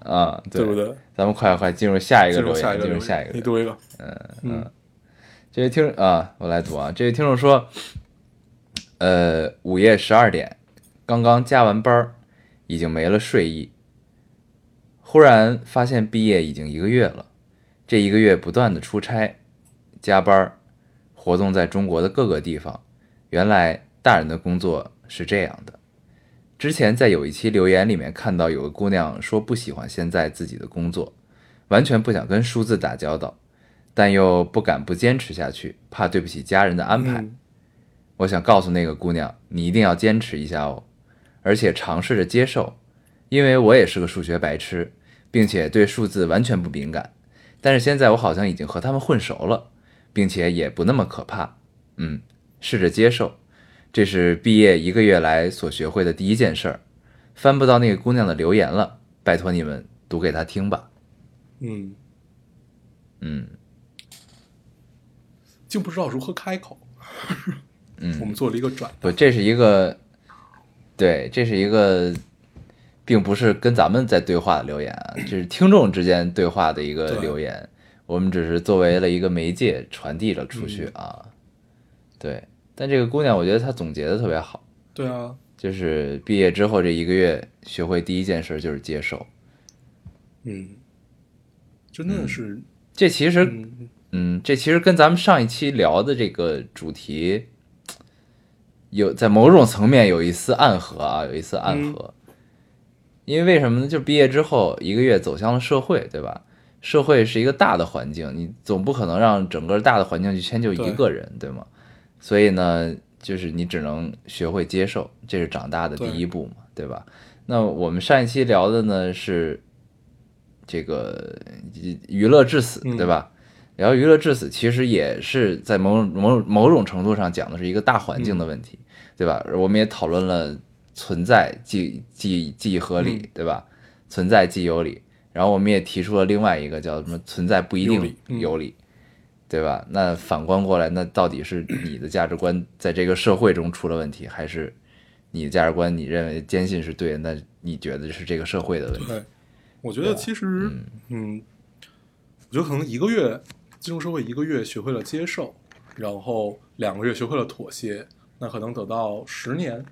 [SPEAKER 1] 啊，
[SPEAKER 2] 对不
[SPEAKER 1] 对？
[SPEAKER 2] 对？
[SPEAKER 1] 咱们快快进入下一
[SPEAKER 2] 进
[SPEAKER 1] 个
[SPEAKER 2] 入
[SPEAKER 1] 留
[SPEAKER 2] 下一
[SPEAKER 1] 言，
[SPEAKER 2] 个
[SPEAKER 1] 进入
[SPEAKER 2] 留言，
[SPEAKER 1] 下一个留
[SPEAKER 2] 你
[SPEAKER 1] 言。
[SPEAKER 2] 读一个。
[SPEAKER 1] 嗯，这位听众啊，我来读啊。这位听众说，呃，午夜十二点，刚刚加完班儿，已经没了睡意。忽然发现毕业已经一个月了，这一个月不断的出差、加班儿，活动在中国的各个地方。原来大人的工作是这样的。之前在有一期留言里面看到有个姑娘说不喜欢现在自己的工作，完全不想跟数字打交道，但又不敢不坚持下去，怕对不起家人的安排。
[SPEAKER 2] 嗯
[SPEAKER 1] 我想告诉那个姑娘，你一定要坚持一下哦，而且尝试着接受，因为我也是个数学白痴，并且对数字完全不敏感。但是现在我好像已经和他们混熟了，并且也不那么可怕。嗯，试着接受，这是毕业一个月来所学会的第一件事儿。翻不到那个姑娘的留言了，拜托你们读给她听吧。
[SPEAKER 2] 嗯，
[SPEAKER 1] 嗯
[SPEAKER 2] 竟不知道如何开口， 我
[SPEAKER 1] 嗯
[SPEAKER 2] 们，做了一个转。
[SPEAKER 1] 不，这是一个，对，这是一个，并不是跟咱们在对话的留言啊，这是听众之间对话的一个
[SPEAKER 2] 对
[SPEAKER 1] 留言，我们只是作为了一个媒介传递了出
[SPEAKER 2] 嗯
[SPEAKER 1] 去啊。对，但这个姑娘，我觉得她总结的特别好，
[SPEAKER 2] 对啊，
[SPEAKER 1] 就是毕业之后这一个月，学会第一件事就是接受。
[SPEAKER 2] 嗯，真的是，
[SPEAKER 1] 这其实
[SPEAKER 2] 嗯，
[SPEAKER 1] 嗯，这其实跟咱们上一期聊的这个主题有在某种层面有一丝暗合啊，有一丝
[SPEAKER 2] 嗯
[SPEAKER 1] 暗合。因为为什么呢？就毕业之后一个月走向了社会，对吧？社会是一个大的环境，你总不可能让整个大的环境去迁就一
[SPEAKER 2] 对
[SPEAKER 1] 个人，对吗？所以呢，就是你只能学会接受，这是长大的第
[SPEAKER 2] 对
[SPEAKER 1] 一步嘛，对吧？那我们上一期聊的呢是这个娱乐至死，
[SPEAKER 2] 嗯
[SPEAKER 1] 对吧？聊娱乐至死，其实也是在某某某种程度上讲的是一个大环境的问题，对吧？我们也讨论了存在即即即合理，
[SPEAKER 2] 嗯
[SPEAKER 1] 对吧？存在即有理，然后我们也提出了另外一个叫什么“存在不一
[SPEAKER 2] 有
[SPEAKER 1] 定
[SPEAKER 2] 理嗯
[SPEAKER 1] 有理”，对吧？那反观过来，那到底是你的价值观在这个社会中出了问题，还是你的价值观你认为坚信是对的，那你觉得是这个社会的问题？
[SPEAKER 2] 对，我觉得其实，嗯，我觉得可能一个月进入社会一个月学会了接受，然后两个月学会了妥协，那可能等到十年，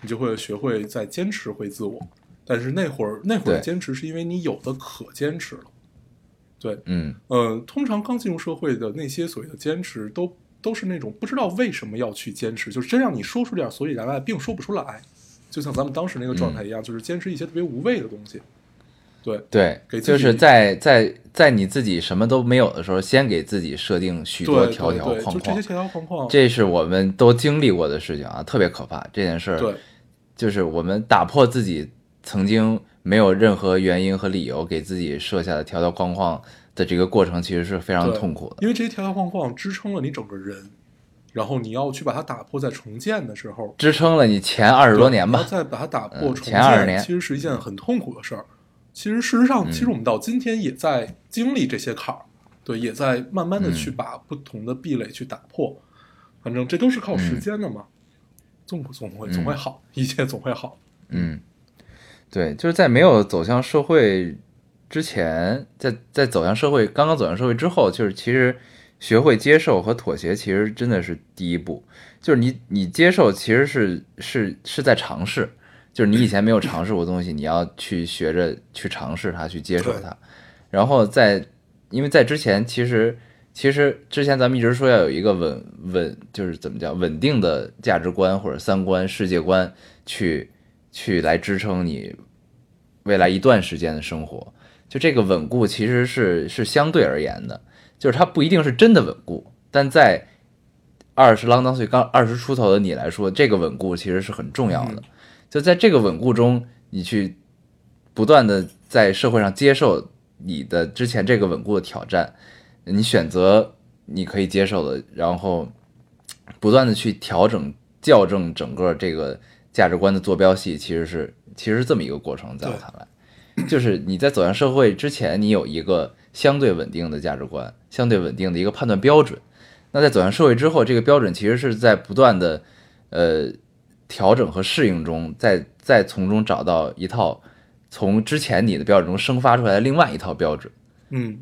[SPEAKER 2] 你就会学会再坚持回自我。但是那会儿那会儿
[SPEAKER 1] 对
[SPEAKER 2] 的坚持是因为你有的可坚持了，对，
[SPEAKER 1] 嗯，
[SPEAKER 2] 呃，通常刚进入社会的那些所谓的坚持都，都是那种不知道为什么要去坚持，就是真让你说出点所以然来，并说不出来。就像咱们当时那个状态一样，就是坚持一些特别无谓的东西。对，
[SPEAKER 1] 对，
[SPEAKER 2] 给自
[SPEAKER 1] 就
[SPEAKER 2] 己
[SPEAKER 1] 是在在在你自己什么都没有的时候，先给自己设定许
[SPEAKER 2] 对
[SPEAKER 1] 多
[SPEAKER 2] 对
[SPEAKER 1] 条条
[SPEAKER 2] 对，
[SPEAKER 1] 框
[SPEAKER 2] 就这
[SPEAKER 1] 框
[SPEAKER 2] 些，条条框框。
[SPEAKER 1] 这是我们都经历过的事情啊，特别可怕。这件事儿
[SPEAKER 2] 对
[SPEAKER 1] 就是我们打破自己曾经没有任何原因和理由给自己设下的条条框框的这个过程，其实是非常
[SPEAKER 2] 对
[SPEAKER 1] 痛苦的。
[SPEAKER 2] 因为这些条条框框支撑了你整个人，然后你要去把它打破，再重建的时候，
[SPEAKER 1] 支撑了你前二十多年
[SPEAKER 2] 然
[SPEAKER 1] 吧
[SPEAKER 2] 后。再把它打破
[SPEAKER 1] 嗯
[SPEAKER 2] 重
[SPEAKER 1] 前20
[SPEAKER 2] 建，
[SPEAKER 1] 年嗯
[SPEAKER 2] 其实是一件很痛苦的事儿。其实事实上，其实我们到今天也在经历这些坎儿，对，也在慢慢的
[SPEAKER 1] 嗯
[SPEAKER 2] 去把不同的壁垒去打破。反正这都是靠时
[SPEAKER 1] 嗯
[SPEAKER 2] 间的嘛，总总会总会好，一切总会好。
[SPEAKER 1] 嗯，对，就是在没有走向社会之前，在在走向社会，刚刚走向社会之后，就是其实学会接受和妥协，其实真的是第一步。就是你你接受，其实是是是在尝试，就是你以前没有尝试过的东西，你要去学着去尝试它，去接受
[SPEAKER 2] 对
[SPEAKER 1] 它。然后在，因为在之前，其实其实之前咱们一直说要有一个稳稳，就是怎么讲稳定的价值观或者三观、世界观，去去来支撑你未来一段时间的生活。就这个稳固其实是是相对而言的，就是它不一定是真的稳固，但在二十郎当岁刚二十出头的你来说，这个稳固其实是很重要的。就在这个稳固中，你去不断的在社会上接受你的之前这个稳固的挑战，你选择你可以接受的，然后不断的去调整、校正整个这个价值观的坐标系，其实是其实是这么一个过程，在我
[SPEAKER 2] 对
[SPEAKER 1] 看来，就是你在走向社会之前，你有一个相对稳定的价值观，相对稳定的一个判断标准。那在走向社会之后，这个标准其实是在不断的，呃，调整和适应中，再再从中找到一套从之前你的标准中生发出来的另外一套标准。
[SPEAKER 2] 嗯，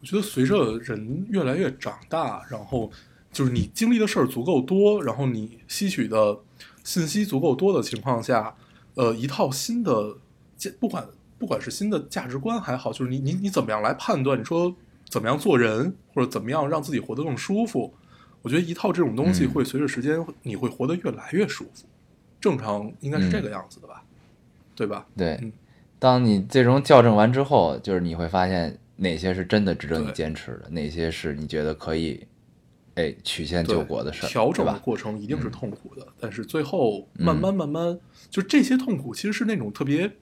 [SPEAKER 2] 我觉得随着人越来越长大，然后就是你经历的事儿足够多，然后你吸取的信息足够多的情况下，呃，一套新的价，不管不管是新的价值观还好，就是你你你怎么样来判断，你说怎么样做人，或者怎么样让自己活得更舒服，我觉得一套这种东西
[SPEAKER 1] 嗯
[SPEAKER 2] 会随着时间你会活得越来越舒服，正常应该是这个样子的吧，对吧？
[SPEAKER 1] 对
[SPEAKER 2] 嗯，
[SPEAKER 1] 当你最终校正完之后，就是你会发现哪些是真的值得你
[SPEAKER 2] 对
[SPEAKER 1] 坚持的，哪些是你觉得可以，哎，曲线救
[SPEAKER 2] 对
[SPEAKER 1] 国的事儿，
[SPEAKER 2] 调整
[SPEAKER 1] 对
[SPEAKER 2] 的
[SPEAKER 1] 吧？嗯
[SPEAKER 2] 过程一定是痛苦的，但是最后慢慢慢慢，就这些痛苦其实是那种特别，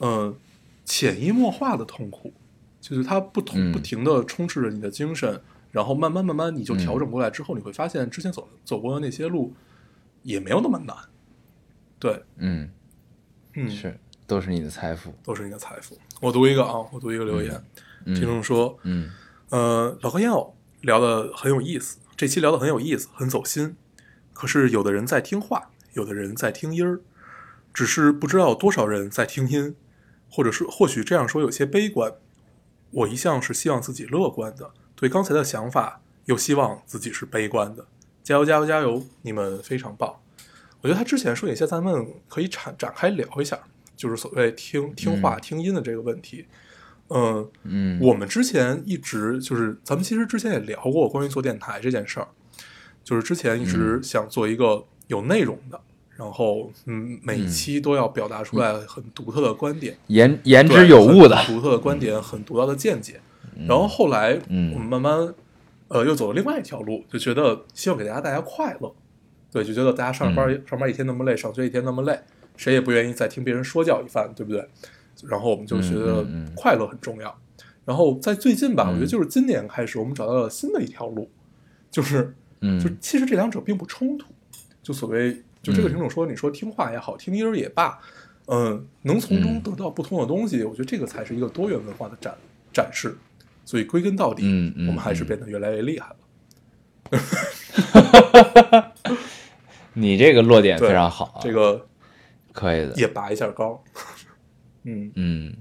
[SPEAKER 2] 嗯、潜移默化的痛苦，就是它不
[SPEAKER 1] 嗯
[SPEAKER 2] 同不停的充斥着你的精神，然后慢慢慢慢你
[SPEAKER 1] 嗯
[SPEAKER 2] 就调整过来之后，你会发现之前走走过的那些路也没有那么难，对，
[SPEAKER 1] 嗯，
[SPEAKER 2] 嗯，
[SPEAKER 1] 是，都是你的财富。
[SPEAKER 2] 都是你的财富。我读一个啊，我读一个留言，听众说，
[SPEAKER 1] 嗯，
[SPEAKER 2] 呃，老高烟偶聊的很有意思，这期聊的很有意思，很走心。可是有的人在听话，有的人在听音儿，只是不知道有多少人在听音，或者说或许这样说有些悲观。我一向是希望自己乐观的，对刚才的想法又希望自己是悲观的。加油加油加油！你们非常棒。我觉得他之前说有些，咱们可以展展开聊一下，就是所谓听听话、听音的这个问题。嗯，
[SPEAKER 1] 嗯，
[SPEAKER 2] 我们之前一直就是，咱们其实之前也聊过关于做电台这件事儿，就是之前一直想做一个有内容的，然后嗯，每一期都要表达出来很独特的观点，
[SPEAKER 1] 言言
[SPEAKER 2] 对
[SPEAKER 1] 之有物的，
[SPEAKER 2] 很独特的观点，很独到的见解。然后后来，
[SPEAKER 1] 嗯
[SPEAKER 2] 我们慢慢呃又走了另外一条路，就觉得希望给大家带来快乐，对，就觉得大家上班、
[SPEAKER 1] 嗯
[SPEAKER 2] 上班一天那么累，上学一天那么累，谁也不愿意再听别人说教一番，对不对？然后我们就觉得
[SPEAKER 1] 嗯嗯嗯
[SPEAKER 2] 快乐很重要。然后在最近吧，
[SPEAKER 1] 嗯
[SPEAKER 2] 我觉得就是今年开始，我们找到了新的一条路，就是就
[SPEAKER 1] 嗯，
[SPEAKER 2] 其实这两者并不冲突。就所谓就这个
[SPEAKER 1] 嗯
[SPEAKER 2] 听众说，你说听话也好，听音儿也罢，嗯，能从中得到不同的东西，我觉得这个才是一个多元文化的展展示。所以归根到底，
[SPEAKER 1] 嗯嗯
[SPEAKER 2] 我们还是
[SPEAKER 1] 嗯
[SPEAKER 2] 变得越来越厉害了。
[SPEAKER 1] 你这个落点
[SPEAKER 2] 对
[SPEAKER 1] 非常好啊，
[SPEAKER 2] 这个
[SPEAKER 1] 可以的，
[SPEAKER 2] 也拔一下高。嗯
[SPEAKER 1] 嗯，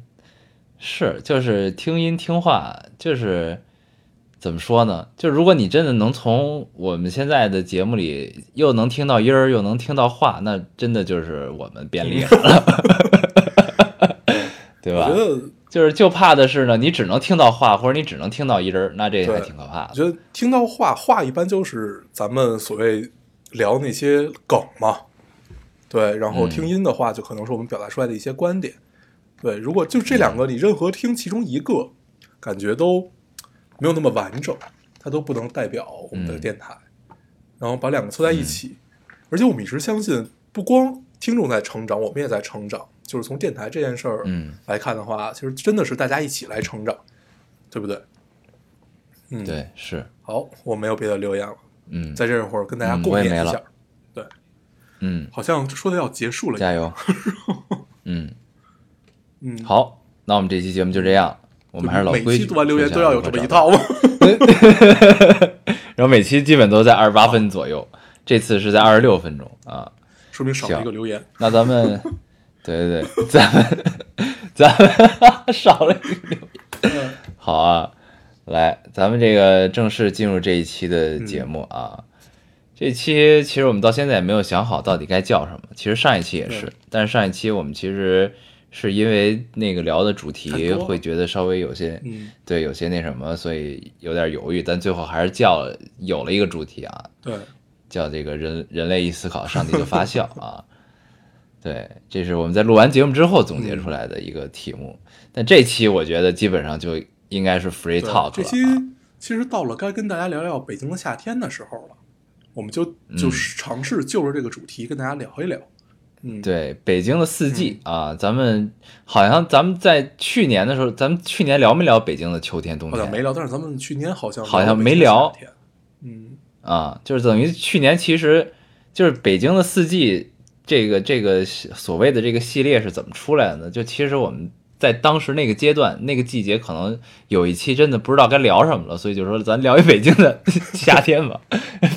[SPEAKER 1] 是，就是听音听话，就是怎么说呢？就如果你真的能从我们现在的节目里又能听到音儿，又能听到话，那真的就是我们变厉害了， 对
[SPEAKER 2] 我
[SPEAKER 1] 吧
[SPEAKER 2] 觉？得，
[SPEAKER 1] 就是就怕的是呢，你只能听到话，或者你只能听到音儿，那这还
[SPEAKER 2] 对
[SPEAKER 1] 挺可怕
[SPEAKER 2] 我
[SPEAKER 1] 的。
[SPEAKER 2] 觉得听到话，话一般就是咱们所谓聊那些梗嘛，对。然后
[SPEAKER 1] 嗯
[SPEAKER 2] 听音的话，就可能是我们表达出来的一些观点。对，如果就这两个，你任何听其中一个，感觉都没有那么完整，它都不能代表我们的
[SPEAKER 1] 嗯
[SPEAKER 2] 电台。然后把两个凑在一起，而且我们一直相信，不光听众在成长，我们也在成长。就是从电台这件事儿
[SPEAKER 1] 嗯
[SPEAKER 2] 来看的话，其实真的是大家一起来成长，对不对？嗯，。
[SPEAKER 1] 对，是，
[SPEAKER 2] 好，我没有别的留言了，
[SPEAKER 1] 嗯
[SPEAKER 2] 在这会儿跟大家
[SPEAKER 1] 嗯
[SPEAKER 2] 共
[SPEAKER 1] 我也
[SPEAKER 2] 勉
[SPEAKER 1] 没
[SPEAKER 2] 一
[SPEAKER 1] 了
[SPEAKER 2] 下。对，
[SPEAKER 1] 嗯，
[SPEAKER 2] 好像说的要结束了。
[SPEAKER 1] 加 油，嗯，
[SPEAKER 2] 嗯，，
[SPEAKER 1] 好，那我们这期节目就这样，我们还是老
[SPEAKER 2] 每
[SPEAKER 1] 规矩，
[SPEAKER 2] 期读完留言
[SPEAKER 1] 说
[SPEAKER 2] 都
[SPEAKER 1] 下
[SPEAKER 2] 要
[SPEAKER 1] 如
[SPEAKER 2] 有
[SPEAKER 1] 何
[SPEAKER 2] 这么一
[SPEAKER 1] 找到
[SPEAKER 2] 套吗？
[SPEAKER 1] 然后每期基本都在二十八分左右，这次是在二十六分钟啊。
[SPEAKER 2] 说明少了一个
[SPEAKER 1] 行
[SPEAKER 2] 留言。
[SPEAKER 1] 那咱们，对对对，咱们咱们 少了一个留言
[SPEAKER 2] 嗯
[SPEAKER 1] 好啊，来，咱们这个正式进入这一期的
[SPEAKER 2] 嗯
[SPEAKER 1] 节目啊。这期其实我们到现在也没有想好到底该叫什么。其实上一期也是
[SPEAKER 2] 对，
[SPEAKER 1] 但是上一期我们其实是因为那个聊的主
[SPEAKER 2] 太
[SPEAKER 1] 题
[SPEAKER 2] 多了
[SPEAKER 1] 会觉得稍微有些，
[SPEAKER 2] 嗯，
[SPEAKER 1] 对，有些那什么，所以有点犹豫，但最后还是叫了有了一个主题啊，
[SPEAKER 2] 对，
[SPEAKER 1] 叫这个人人类一思考，上帝就发笑啊。 对，这是我们在录完节目之后总结出来的一个题目。但这期我觉得基本上就应该是 free
[SPEAKER 2] 对
[SPEAKER 1] talk
[SPEAKER 2] 这期
[SPEAKER 1] 了啊。
[SPEAKER 2] 其实到了该跟大家聊聊北京的夏天的时候了，我们就就
[SPEAKER 1] 嗯
[SPEAKER 2] 是尝试就着这个主题跟大家聊一聊。嗯，，
[SPEAKER 1] 对，北京的四季、啊，咱们好像咱们在去年的时候，咱们去年聊没聊北京的秋天、冬
[SPEAKER 2] 好像没
[SPEAKER 1] 天
[SPEAKER 2] 聊，但是咱们去年好像
[SPEAKER 1] 好像
[SPEAKER 2] 了
[SPEAKER 1] 没
[SPEAKER 2] 北京的
[SPEAKER 1] 聊
[SPEAKER 2] 夏天。嗯，
[SPEAKER 1] 啊？就是等于去年其实就是北京的四季这个这个所谓的这个系列是怎么出来的呢？就其实我们在当时那个阶段、那个季节，可能有一期真的不知道该聊什么了，所以就说咱聊一北京的 夏天吧，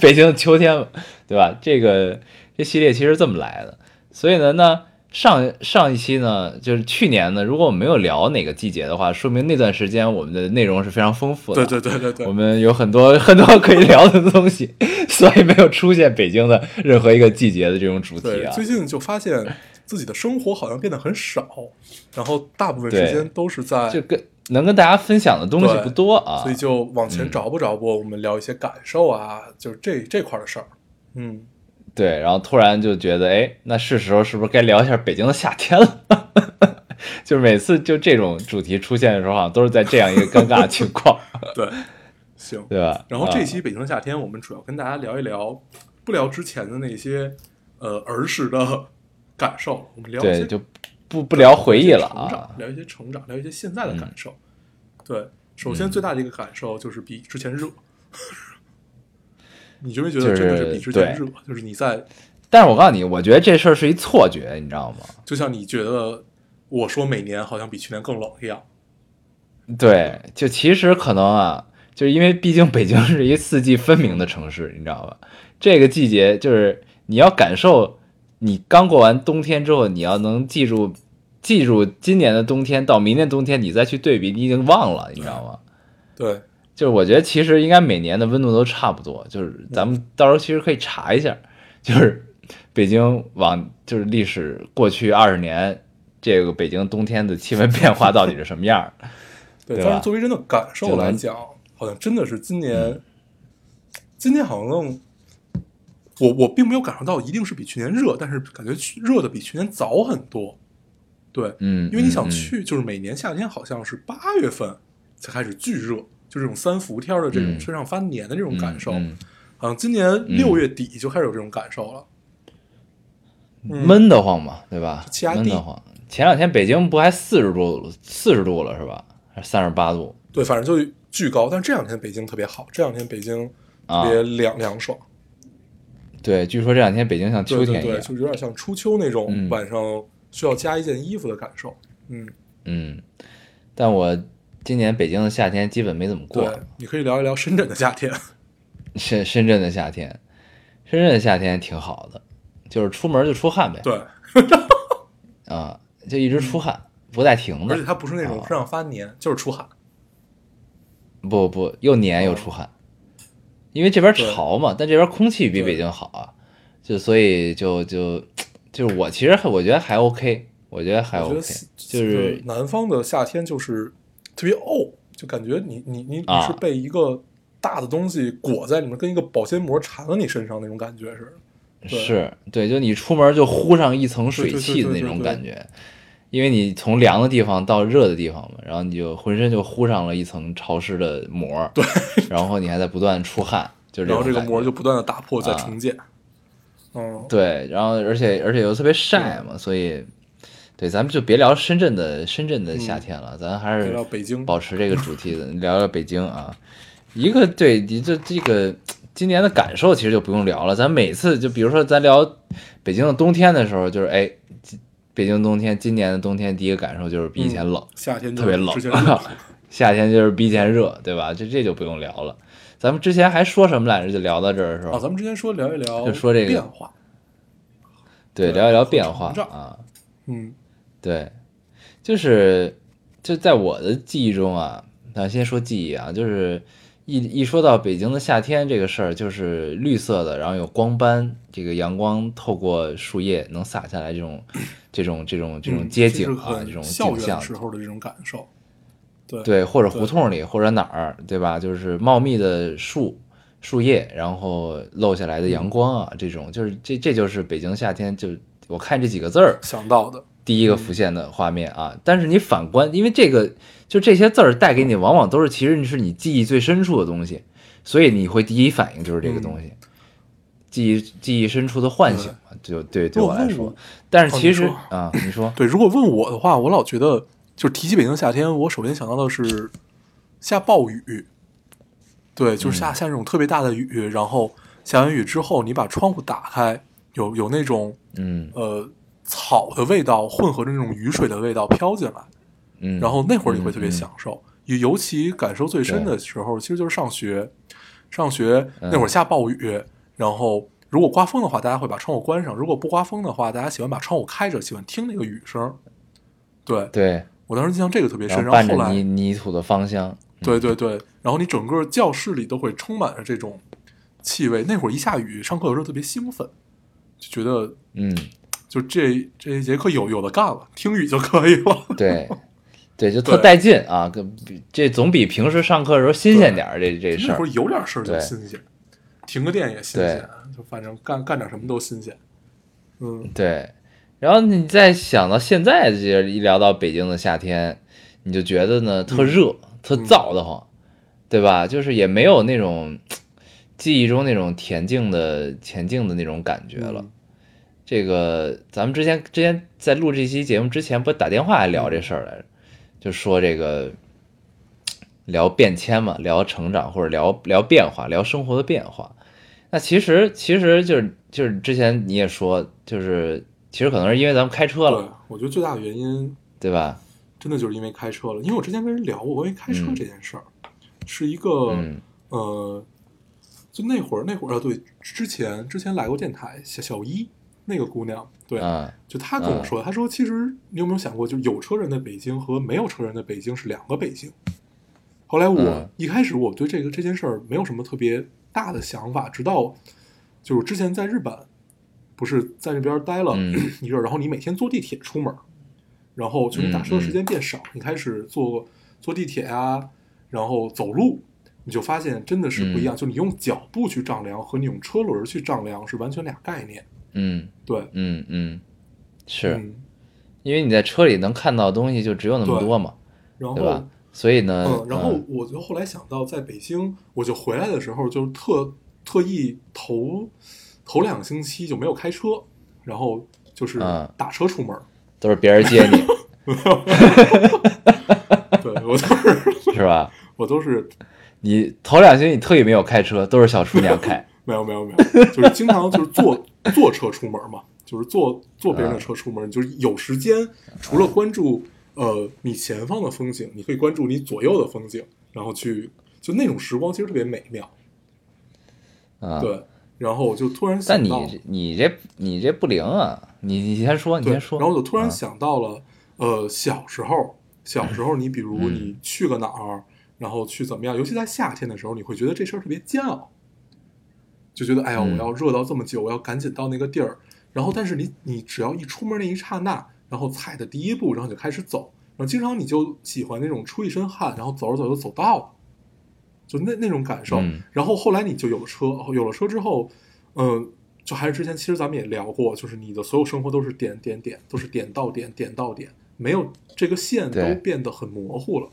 [SPEAKER 1] 北京的秋天吧，对吧？这个这系列其实这么来的。所以呢，那上上一期呢，就是去年呢，如果我们没有聊哪个季节的话，说明那段时间我们的内容是非常丰富的。
[SPEAKER 2] 对对对对对
[SPEAKER 1] 我，们有很多 很多可以聊的东西， 所以没有出现北京的任何一个季节的这种主题
[SPEAKER 2] 对，
[SPEAKER 1] 啊
[SPEAKER 2] 最。近就发现自己的生活好像变得很少，然后大部分时
[SPEAKER 1] 对
[SPEAKER 2] 间都是在，
[SPEAKER 1] 就跟能跟大家分享的东西
[SPEAKER 2] 对
[SPEAKER 1] 不多啊，
[SPEAKER 2] 所以就往前找不着不，我们聊一些感受啊，就是这这块儿的事儿。嗯，
[SPEAKER 1] 对，然后突然就觉得，哎，那是时候是不是该聊一下北京的夏天了？ 就是每次就这种主题出现的时候，好像都是在这样一个尴尬的情 况，
[SPEAKER 2] 对，行。
[SPEAKER 1] 对吧？
[SPEAKER 2] 然后这
[SPEAKER 1] 啊
[SPEAKER 2] 期《北京的夏天》，我们主要跟大家聊一聊，不聊之前的那些呃儿时的感受，我们聊一
[SPEAKER 1] 对
[SPEAKER 2] 些
[SPEAKER 1] 就不不聊回忆了
[SPEAKER 2] 成长
[SPEAKER 1] 啊，嗯
[SPEAKER 2] 聊一些成长，聊一些现在的感受。对，首先最大的一个感受就是比之前热。 你觉没觉得
[SPEAKER 1] 就是
[SPEAKER 2] 真的是比之前热
[SPEAKER 1] 对？
[SPEAKER 2] 就是你在，
[SPEAKER 1] 但是我告诉你，我觉得这事儿是一错觉，你知道吗？
[SPEAKER 2] 就像你觉得我说每年好像比去年更冷一样。
[SPEAKER 1] 对，就其实可能啊，就是因为毕竟北京是一四季分明的城市，你知道吧？这个季节就是你要感受，你刚过完冬天之后，你要能记住，记住今年的冬天到明年冬天，你再去对比，你已经忘了，你知道吗？
[SPEAKER 2] 对，
[SPEAKER 1] 就是我觉得其实应该每年的温度都差不多，就是咱们到时候其实可以查一下，就是北京往就是历史过去二十年这个北京冬天的气温变化到底是什么样儿，
[SPEAKER 2] 对，
[SPEAKER 1] 对吧
[SPEAKER 2] 但是作为人的感受来讲，好像真的是今年，
[SPEAKER 1] 嗯
[SPEAKER 2] 今年好像我我并没有感受到一定是比去年热，但是感觉去热的比去年早很多。对，
[SPEAKER 1] 嗯，
[SPEAKER 2] 因为你想
[SPEAKER 1] 嗯，
[SPEAKER 2] 去，就是每年夏天好像是八月份才开始巨热，就这种三伏天的这种
[SPEAKER 1] 嗯
[SPEAKER 2] 身上发黏的这种
[SPEAKER 1] 嗯
[SPEAKER 2] 感受，
[SPEAKER 1] 嗯
[SPEAKER 2] 好像今年六月底就开始有这种感受了。嗯
[SPEAKER 1] 闷得慌嘛，对吧？
[SPEAKER 2] 气压低
[SPEAKER 1] 闷得慌。前两天北京不还四十度，四十度了是吧？还是三十八度
[SPEAKER 2] 对，反正就巨高，但是这两天北京特别好，这两天北京
[SPEAKER 1] 啊
[SPEAKER 2] 特？别凉、凉爽，
[SPEAKER 1] 对，据说这两天北京像秋
[SPEAKER 2] 对对
[SPEAKER 1] 天一
[SPEAKER 2] 对，
[SPEAKER 1] 样。
[SPEAKER 2] 就有点像初秋那种
[SPEAKER 1] 嗯
[SPEAKER 2] 晚上需要加一件衣服的感受。嗯，
[SPEAKER 1] 嗯，但我今年北京的夏天基本没怎么过
[SPEAKER 2] 对，，你可以聊一聊深圳的夏天。
[SPEAKER 1] 深深圳的夏天，深圳的夏天挺好的，就是出门就出汗呗，
[SPEAKER 2] 对，嗯
[SPEAKER 1] 啊，就一直出汗，不带停的
[SPEAKER 2] 而且，它不是那种身上发黏，就是出汗。
[SPEAKER 1] 不不，又黏又出汗，因为这边潮嘛，但这边空气比
[SPEAKER 2] 对
[SPEAKER 1] 北京好啊，就所以就就就是我其实还我觉得还 OK，我觉得还
[SPEAKER 2] 我觉
[SPEAKER 1] 哎 OK，
[SPEAKER 2] 得
[SPEAKER 1] 就是
[SPEAKER 2] 南方的夏天就是特别沤，就感觉你你你你
[SPEAKER 1] 啊
[SPEAKER 2] 是被一个大的东西裹在里面，跟一个保鲜膜缠到你身上那种感觉似的。对
[SPEAKER 1] 是对，就你出门就呼上一层水汽的那种感觉，因为你从凉的地方到热的地方嘛，然后你就浑身就呼上了一层潮湿的膜，对，然后你还在不断出汗，就是
[SPEAKER 2] 然后
[SPEAKER 1] 这
[SPEAKER 2] 这
[SPEAKER 1] 种
[SPEAKER 2] 个
[SPEAKER 1] 感觉
[SPEAKER 2] 膜就不断的打破再
[SPEAKER 1] 啊
[SPEAKER 2] 重建。嗯，
[SPEAKER 1] 对，然后而且而且又特别晒嘛，所以对，咱们就别聊深圳的深圳的夏天了，咱还
[SPEAKER 2] 聊
[SPEAKER 1] 是
[SPEAKER 2] 嗯聊北京
[SPEAKER 1] 保持这个主题的，聊聊北京啊。一个对你这这个今年的感受其实就不用聊了，咱每次就比如说咱聊北京的冬天的时候，就是哎，今北京冬天今年的冬天第一个感受就是比以前冷，
[SPEAKER 2] 夏天就
[SPEAKER 1] 特别冷
[SPEAKER 2] 嗯之前 冷
[SPEAKER 1] 夏天就是比以前热，对吧？这这就不用聊了。咱们之前还说什么来着？就聊到这儿是吧？
[SPEAKER 2] 啊，咱们之前说聊一聊
[SPEAKER 1] 就说这个
[SPEAKER 2] 变化，
[SPEAKER 1] 对，
[SPEAKER 2] 对
[SPEAKER 1] 聊一聊
[SPEAKER 2] 和
[SPEAKER 1] 变
[SPEAKER 2] 成
[SPEAKER 1] 化
[SPEAKER 2] 长
[SPEAKER 1] 啊。
[SPEAKER 2] 嗯
[SPEAKER 1] 对，就是就在我的记忆中啊，那先说记忆啊，就是一一说到北京的夏天这个事儿，就是绿色的，然后有光斑，这个阳光透过树叶能洒下来这种这种这种这种
[SPEAKER 2] 嗯
[SPEAKER 1] 街
[SPEAKER 2] 这是
[SPEAKER 1] 景啊，
[SPEAKER 2] 很
[SPEAKER 1] 这种
[SPEAKER 2] 校
[SPEAKER 1] 景
[SPEAKER 2] 园
[SPEAKER 1] 象，
[SPEAKER 2] 时候的这种感受。对
[SPEAKER 1] 对，或者
[SPEAKER 2] 对
[SPEAKER 1] 胡同里，或者哪儿，对吧？就是茂密的树树叶，然后漏下来的
[SPEAKER 2] 嗯
[SPEAKER 1] 阳光啊，这种就是这这就是北京夏天就。我看这几个字儿，
[SPEAKER 2] 想到的，
[SPEAKER 1] 第一个浮现的画面啊。但是你反观，因为这个就这些字儿带给你，往往都是其实是你记忆最深处的东西，所以你会第一反应就是这个东西，
[SPEAKER 2] 嗯
[SPEAKER 1] 记忆记忆深处的唤醒嘛，就对对我来
[SPEAKER 2] 如果问
[SPEAKER 1] 说
[SPEAKER 2] 我。
[SPEAKER 1] 但是其
[SPEAKER 2] 哦
[SPEAKER 1] 实
[SPEAKER 2] 你
[SPEAKER 1] 啊，你说
[SPEAKER 2] 对，如果问我的话，我老觉得就是提起北京夏天，我首先想到的是下暴雨，对，就
[SPEAKER 1] 嗯
[SPEAKER 2] 是下、下那种特别大的雨，然后下完雨之后，你把窗户打开，有有那种
[SPEAKER 1] 嗯
[SPEAKER 2] 呃草的味道混合着那种雨水的味道飘进来，
[SPEAKER 1] 嗯，
[SPEAKER 2] 然后那会儿你会特别
[SPEAKER 1] 嗯嗯
[SPEAKER 2] 享受，尤、尤其感受最深的时候，其实就是上学。上学
[SPEAKER 1] 嗯
[SPEAKER 2] 那会儿下暴雨，然后如果刮风的话，大家会把窗户关上；如果不刮风的话，大家喜欢把窗户开着，喜欢听那个雨声。对
[SPEAKER 1] 对，
[SPEAKER 2] 我当时印象这个特别深，
[SPEAKER 1] 然后
[SPEAKER 2] 然
[SPEAKER 1] 伴
[SPEAKER 2] 后后
[SPEAKER 1] 着嗯泥
[SPEAKER 2] 来
[SPEAKER 1] 泥土的芳香，
[SPEAKER 2] 对对对，然后你整个教室里都会充满着这种气味。那会儿一下雨，上课有时候特别兴奋，就觉得
[SPEAKER 1] 嗯，
[SPEAKER 2] 就这这一节课有有的干了，听雨就可以了。
[SPEAKER 1] 对。对，就特
[SPEAKER 2] 对
[SPEAKER 1] 带劲啊！跟比这总比平时上课的时候新鲜点儿，这这事
[SPEAKER 2] 那
[SPEAKER 1] 儿
[SPEAKER 2] 会儿有点事儿就
[SPEAKER 1] 对
[SPEAKER 2] 新鲜，停个电也新鲜
[SPEAKER 1] 对，
[SPEAKER 2] 就反正干干点什么都新鲜。嗯，
[SPEAKER 1] 对，然后你再想到现在，这一聊到北京的夏天，你就觉得呢特热、特燥得慌，对吧？就是也没有那种记忆中那种恬静的前进的那种感觉了。
[SPEAKER 2] 嗯
[SPEAKER 1] 这个咱们之前之前在录这期节目之前，不是打电话还聊这事儿来着，就说这个聊变迁嘛，聊成长或者聊聊变化，聊生活的变化。那其实其实就是就是之前你也说，就是其实可能是因为咱们开车
[SPEAKER 2] 对
[SPEAKER 1] 了，，
[SPEAKER 2] 我觉得最大的原因
[SPEAKER 1] 对吧？
[SPEAKER 2] 真的就是因为开车了，因为我之前跟人聊过关于开车
[SPEAKER 1] 嗯
[SPEAKER 2] 这件事儿，是一个、
[SPEAKER 1] 嗯
[SPEAKER 2] 呃，就那会儿那会儿啊，对，之前之前来过电台小小一那个姑娘，对，
[SPEAKER 1] 啊
[SPEAKER 2] 就她跟我说，她说其实你有没有想过，就有车人的北京和没有车人的北京是两个北京。后来我、
[SPEAKER 1] 嗯
[SPEAKER 2] 一开始我对这个这件事儿没有什么特别大的想法，直到就是之前在日本，不是在那边待了
[SPEAKER 1] 嗯
[SPEAKER 2] 一阵儿，然后你每天坐地铁出门儿，然后就是你打车的时间变少，你开始坐坐地铁啊，然后走路，你就发现真的是不
[SPEAKER 1] 嗯
[SPEAKER 2] 一样。就你用脚步去丈量和你用车轮去丈量是完全俩概念。
[SPEAKER 1] 嗯
[SPEAKER 2] 对，
[SPEAKER 1] 嗯嗯，是
[SPEAKER 2] 嗯，
[SPEAKER 1] 因为你在车里能看到的东西就只有那么
[SPEAKER 2] 对
[SPEAKER 1] 多嘛，
[SPEAKER 2] 然
[SPEAKER 1] 对
[SPEAKER 2] 后
[SPEAKER 1] 吧？所以呢，
[SPEAKER 2] 嗯，然后
[SPEAKER 1] 嗯
[SPEAKER 2] 我就后来想到，在北京，我就回来的时候，就是特特意头头两个星期就没有开车，然后就是
[SPEAKER 1] 嗯
[SPEAKER 2] 打车出门儿。
[SPEAKER 1] 都是别人接你，
[SPEAKER 2] 对我都是
[SPEAKER 1] 是吧？
[SPEAKER 2] 我都是
[SPEAKER 1] 你头两星期你特意没有开车，都是小厨娘 开。
[SPEAKER 2] 没有没有没有，就是经常就是坐坐车出门嘛，就是坐坐别人的
[SPEAKER 1] 嗯
[SPEAKER 2] 车出门，你就是有时间除了关注呃你前方的风景，你可以关注你左右的风景，然后去就那种时光其实特别美妙。
[SPEAKER 1] 啊，
[SPEAKER 2] 对，然后我就突然
[SPEAKER 1] 但
[SPEAKER 2] 想
[SPEAKER 1] 你
[SPEAKER 2] 到，
[SPEAKER 1] 这你这你这不灵啊！你你先说，你
[SPEAKER 2] 对，
[SPEAKER 1] 先说。
[SPEAKER 2] 然后我就突然
[SPEAKER 1] 啊，
[SPEAKER 2] 想到了，呃，小时候，小时候你比如
[SPEAKER 1] 嗯
[SPEAKER 2] 你去个哪儿，然后去怎么样，尤其在夏天的时候，你会觉得这事儿特别煎熬，就觉得哎呀，我
[SPEAKER 1] 嗯
[SPEAKER 2] 要热到这么久，我要赶紧到那个地儿。然后，但是你你只要一出门那一刹那，然后踩的第一步，然后你就开始走，然后经常你就喜欢那种出一身汗，然后走着走着就走到了，就那那种感受。
[SPEAKER 1] 嗯
[SPEAKER 2] 然后后来你就有了车，有了车之后，嗯，就还是之前其实咱们也聊过，就是你的所有生活都是点点点，都是点到点点到点，没有这个线
[SPEAKER 1] 对
[SPEAKER 2] 都变得很模糊了。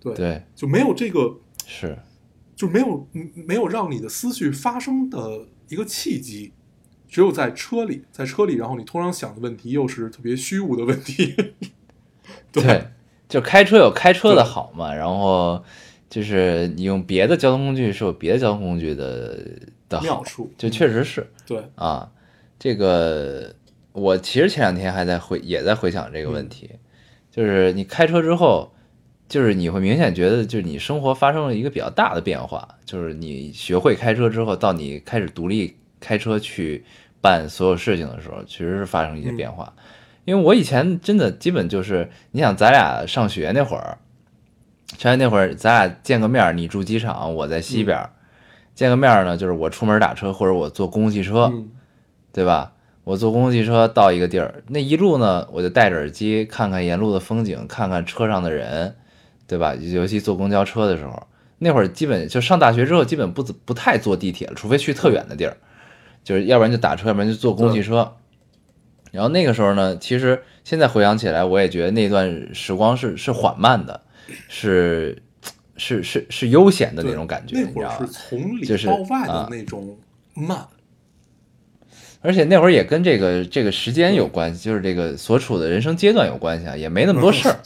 [SPEAKER 2] 对，
[SPEAKER 1] 对，
[SPEAKER 2] 就没有这个，
[SPEAKER 1] 是，
[SPEAKER 2] 就没有嗯没有让你的思绪发生的一个契机。只有在车里，在车里，然后你通常想的问题又是特别虚无的问题。 对
[SPEAKER 1] 对，就开车有开车的
[SPEAKER 2] 对
[SPEAKER 1] 好嘛，然后就是你用别的交通工具是有别的交通工具的的
[SPEAKER 2] 妙
[SPEAKER 1] 好，
[SPEAKER 2] 处，
[SPEAKER 1] 就确实是
[SPEAKER 2] 对，
[SPEAKER 1] 啊。这个我其实前两天还在回也在回想这个
[SPEAKER 2] 嗯
[SPEAKER 1] 问题，就是你开车之后，就是你会明显觉得就是你生活发生了一个比较大的变化，就是你学会开车之后，到你开始独立开车去办所有事情的时候，其实是发生一些
[SPEAKER 2] 嗯
[SPEAKER 1] 变化。因为我以前真的基本就是，你想咱俩上学那会儿，上学那会儿咱俩见个面儿，你住机场，我在西
[SPEAKER 2] 嗯
[SPEAKER 1] 边儿，见个面儿呢，就是我出门打车或者我坐公共汽车，
[SPEAKER 2] 嗯
[SPEAKER 1] 对吧？我坐公共汽车到一个地儿，那一路呢，我就戴着耳机看看沿路的风景，看看车上的人，对吧？尤其坐公交车的时候，那会儿基本就上大学之后，基本不不太坐地铁了，除非去特远的地儿，就是要不然就打车，要不然就坐公共汽车。然后那个时候呢，其实现在回想起来，我也觉得那段时光是是缓慢的，是是是是悠闲的
[SPEAKER 2] 对
[SPEAKER 1] 那种感觉，
[SPEAKER 2] 那
[SPEAKER 1] 你知
[SPEAKER 2] 会
[SPEAKER 1] 道
[SPEAKER 2] 儿
[SPEAKER 1] 吧
[SPEAKER 2] 是？从里
[SPEAKER 1] 就是
[SPEAKER 2] 到外的
[SPEAKER 1] 啊
[SPEAKER 2] 那种慢，
[SPEAKER 1] 而且那会儿也跟这个这个时间有关系，就是这个所处的人生阶段有关系啊，也没那么多事儿，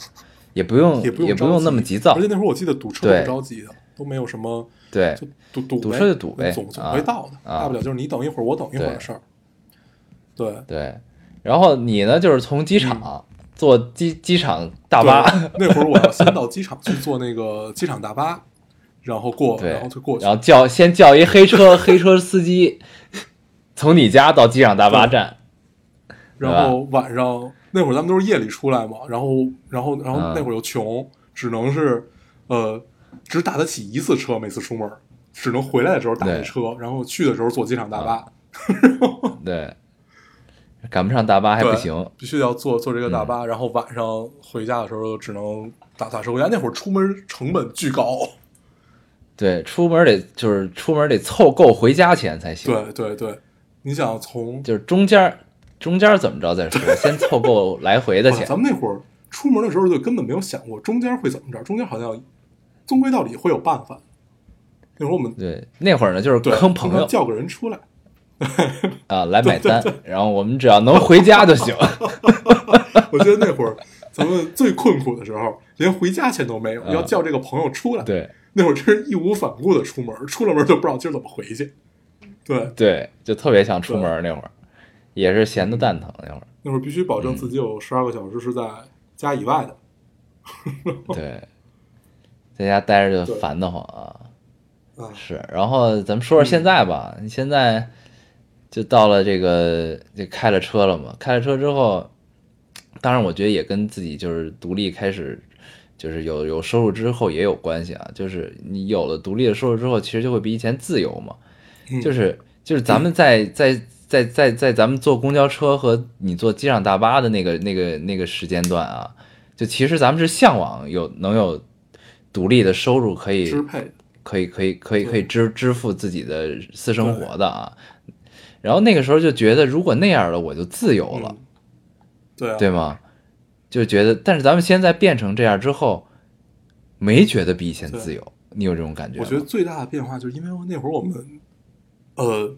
[SPEAKER 1] 也不用
[SPEAKER 2] 也不
[SPEAKER 1] 嗯
[SPEAKER 2] 用
[SPEAKER 1] 也不用
[SPEAKER 2] 着急
[SPEAKER 1] 那么急躁
[SPEAKER 2] 而且，那会儿我记得堵车都
[SPEAKER 1] 对
[SPEAKER 2] 不着急的，都没有什么
[SPEAKER 1] 对
[SPEAKER 2] 就堵堵
[SPEAKER 1] 哎堵
[SPEAKER 2] 呗
[SPEAKER 1] 车就堵呗
[SPEAKER 2] 总总
[SPEAKER 1] 啊
[SPEAKER 2] 会到的，
[SPEAKER 1] 啊
[SPEAKER 2] 大不了就是你等一会儿，我等一会儿
[SPEAKER 1] 对
[SPEAKER 2] 的事儿。对，
[SPEAKER 1] 对。然后你呢，就是从机
[SPEAKER 2] 嗯
[SPEAKER 1] 场坐机机场大
[SPEAKER 2] 大
[SPEAKER 1] 巴，
[SPEAKER 2] 那会儿我要先到机场去坐那个机场大巴，然后过，
[SPEAKER 1] 对，
[SPEAKER 2] 然后就过去
[SPEAKER 1] 然。后叫先叫一黑车， 黑车司机从你家到机场大巴站，
[SPEAKER 2] 然后晚上那会儿咱们都是夜里出来嘛，然后然后然后
[SPEAKER 1] 嗯
[SPEAKER 2] 那会儿又穷，只能是呃只打得起一次车，每次出门儿只能回来的时候打
[SPEAKER 1] 对嗯
[SPEAKER 2] 那车，然后去的时候坐机场大巴。
[SPEAKER 1] 对，赶不上大巴还不
[SPEAKER 2] 对
[SPEAKER 1] 行，嗯
[SPEAKER 2] 必须得要坐坐这个大巴，然后晚上回家的时候只能打打车回家。那会儿出门成本巨高，
[SPEAKER 1] 对，出门得就是出门得凑够回家钱才行，
[SPEAKER 2] 对对对，你想从
[SPEAKER 1] 就是中间儿中间儿怎么着再 说，先凑够来回的
[SPEAKER 2] 啊
[SPEAKER 1] 钱。
[SPEAKER 2] 咱们那会儿出门的时候就根本没有想过中间会怎么着，中间好像终归到底会有办法。那会儿 我们
[SPEAKER 1] 对，那会儿呢就是
[SPEAKER 2] 对
[SPEAKER 1] 坑朋
[SPEAKER 2] 经
[SPEAKER 1] 友
[SPEAKER 2] 常叫个人出来，
[SPEAKER 1] 啊来买单，然后我们只要能回家就行。
[SPEAKER 2] 我记得那会儿咱们最困苦的时候，连回家钱都没有，
[SPEAKER 1] 嗯
[SPEAKER 2] 要叫这个朋友出来。，
[SPEAKER 1] 对
[SPEAKER 2] 那会儿真是义无反顾的出门，出了门就不知道今儿怎么回去。
[SPEAKER 1] 嗯
[SPEAKER 2] 对，
[SPEAKER 1] 对，就特别想出门儿那会儿，也是闲的蛋疼那会儿。
[SPEAKER 2] 那会儿必须保
[SPEAKER 1] 嗯
[SPEAKER 2] 证自己有十二个小时是在家以外的。
[SPEAKER 1] 对，在家待着就
[SPEAKER 2] 对
[SPEAKER 1] 烦得慌啊。
[SPEAKER 2] 啊，
[SPEAKER 1] 是，然后咱们说说现在吧，你现在就到了这个就开了车了嘛，开了车之后，当然我觉得也跟自己就是独立开始，就是有有收入之后也有关系啊，就是你有了独立的收入之后，其实就会比以前自由嘛，
[SPEAKER 2] 嗯
[SPEAKER 1] 就是就是咱们在在在在在咱们坐公交车和你坐机场大巴的那个那个那个时间段啊，就其实咱们是向往有能有独立的收入可以
[SPEAKER 2] 支配，
[SPEAKER 1] 可以可以可以可以支支付自己的私生活的啊。然后那个时候就觉得，如果那样了，我就自由了，
[SPEAKER 2] 嗯对啊，
[SPEAKER 1] 对吗？就觉得，但是咱们现在变成这样之后，没觉得比以前
[SPEAKER 2] 对
[SPEAKER 1] 自由，你有这种感觉吗？
[SPEAKER 2] 我觉得最大的变化就是因为那会儿我们，呃，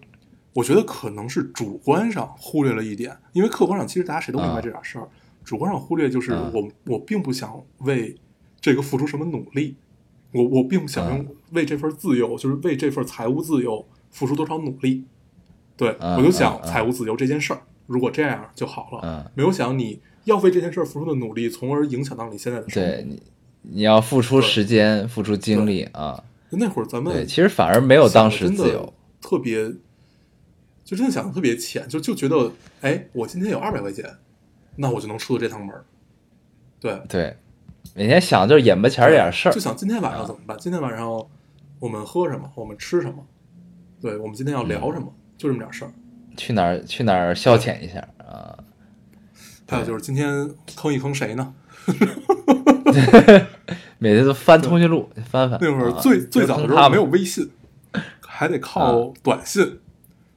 [SPEAKER 2] 我觉得可能是主观上忽略了一点，因为客观上其实大家谁都明白这点事儿，主观上忽略就是
[SPEAKER 1] 嗯
[SPEAKER 2] 我、我并不想为这个付出什么努力，我我并不想用
[SPEAKER 1] 嗯
[SPEAKER 2] 为这份自由，就是为这份财务自由付出多少努力，对、
[SPEAKER 1] 嗯
[SPEAKER 2] 我就想
[SPEAKER 1] 嗯嗯
[SPEAKER 2] 财务自由这件事儿，如果这样就好了，
[SPEAKER 1] 嗯
[SPEAKER 2] 没有想你要为这件事儿付出的努力，从而影响到你现在的生活。
[SPEAKER 1] 对你，你要付出
[SPEAKER 2] 对
[SPEAKER 1] 时间，付出精力啊。
[SPEAKER 2] 那会儿咱们
[SPEAKER 1] 对，其实反而没有当时自
[SPEAKER 2] 想
[SPEAKER 1] 由
[SPEAKER 2] 得。特别，就真的想的特别浅，就就觉得，哎，我今天有二百块钱，那我就能出得这趟门儿。对，
[SPEAKER 1] 对，每天想就是眼巴前儿
[SPEAKER 2] 对
[SPEAKER 1] 点儿事啊儿
[SPEAKER 2] 就。想今天晚上怎么办？今天晚上我们喝什么？我们吃什么？对，我们今天要聊什
[SPEAKER 1] 嗯
[SPEAKER 2] 么？就这么点事儿。
[SPEAKER 1] 去哪儿去哪儿消遣一下啊？
[SPEAKER 2] 还有就是今天坑一坑谁呢？
[SPEAKER 1] 每天都翻通讯录翻翻。
[SPEAKER 2] 那会儿
[SPEAKER 1] 啊
[SPEAKER 2] 最最早的时
[SPEAKER 1] 他
[SPEAKER 2] 候
[SPEAKER 1] 们啊
[SPEAKER 2] 没有微信，还得靠短信。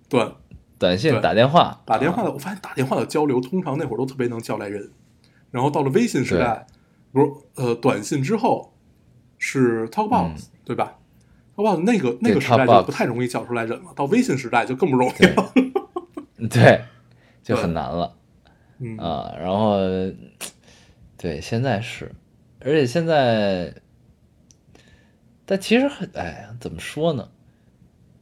[SPEAKER 2] 对，
[SPEAKER 1] 短信
[SPEAKER 2] 对
[SPEAKER 1] 打电话，
[SPEAKER 2] 打电话
[SPEAKER 1] 啊
[SPEAKER 2] 的，我发现打电话的交流通常那会儿都特别能叫来人，然后到了微信时代，不是呃短信之后是 TalkBox、对吧？TalkBox 那个那个时代就
[SPEAKER 1] 嗯 Talkbox
[SPEAKER 2] 不太容易叫出来人了，到微信时代就更不容易了。
[SPEAKER 1] 对，就很难了
[SPEAKER 2] 嗯，
[SPEAKER 1] 啊。然后，对，现在是，而且现在，但其实很，哎呀，怎么说呢？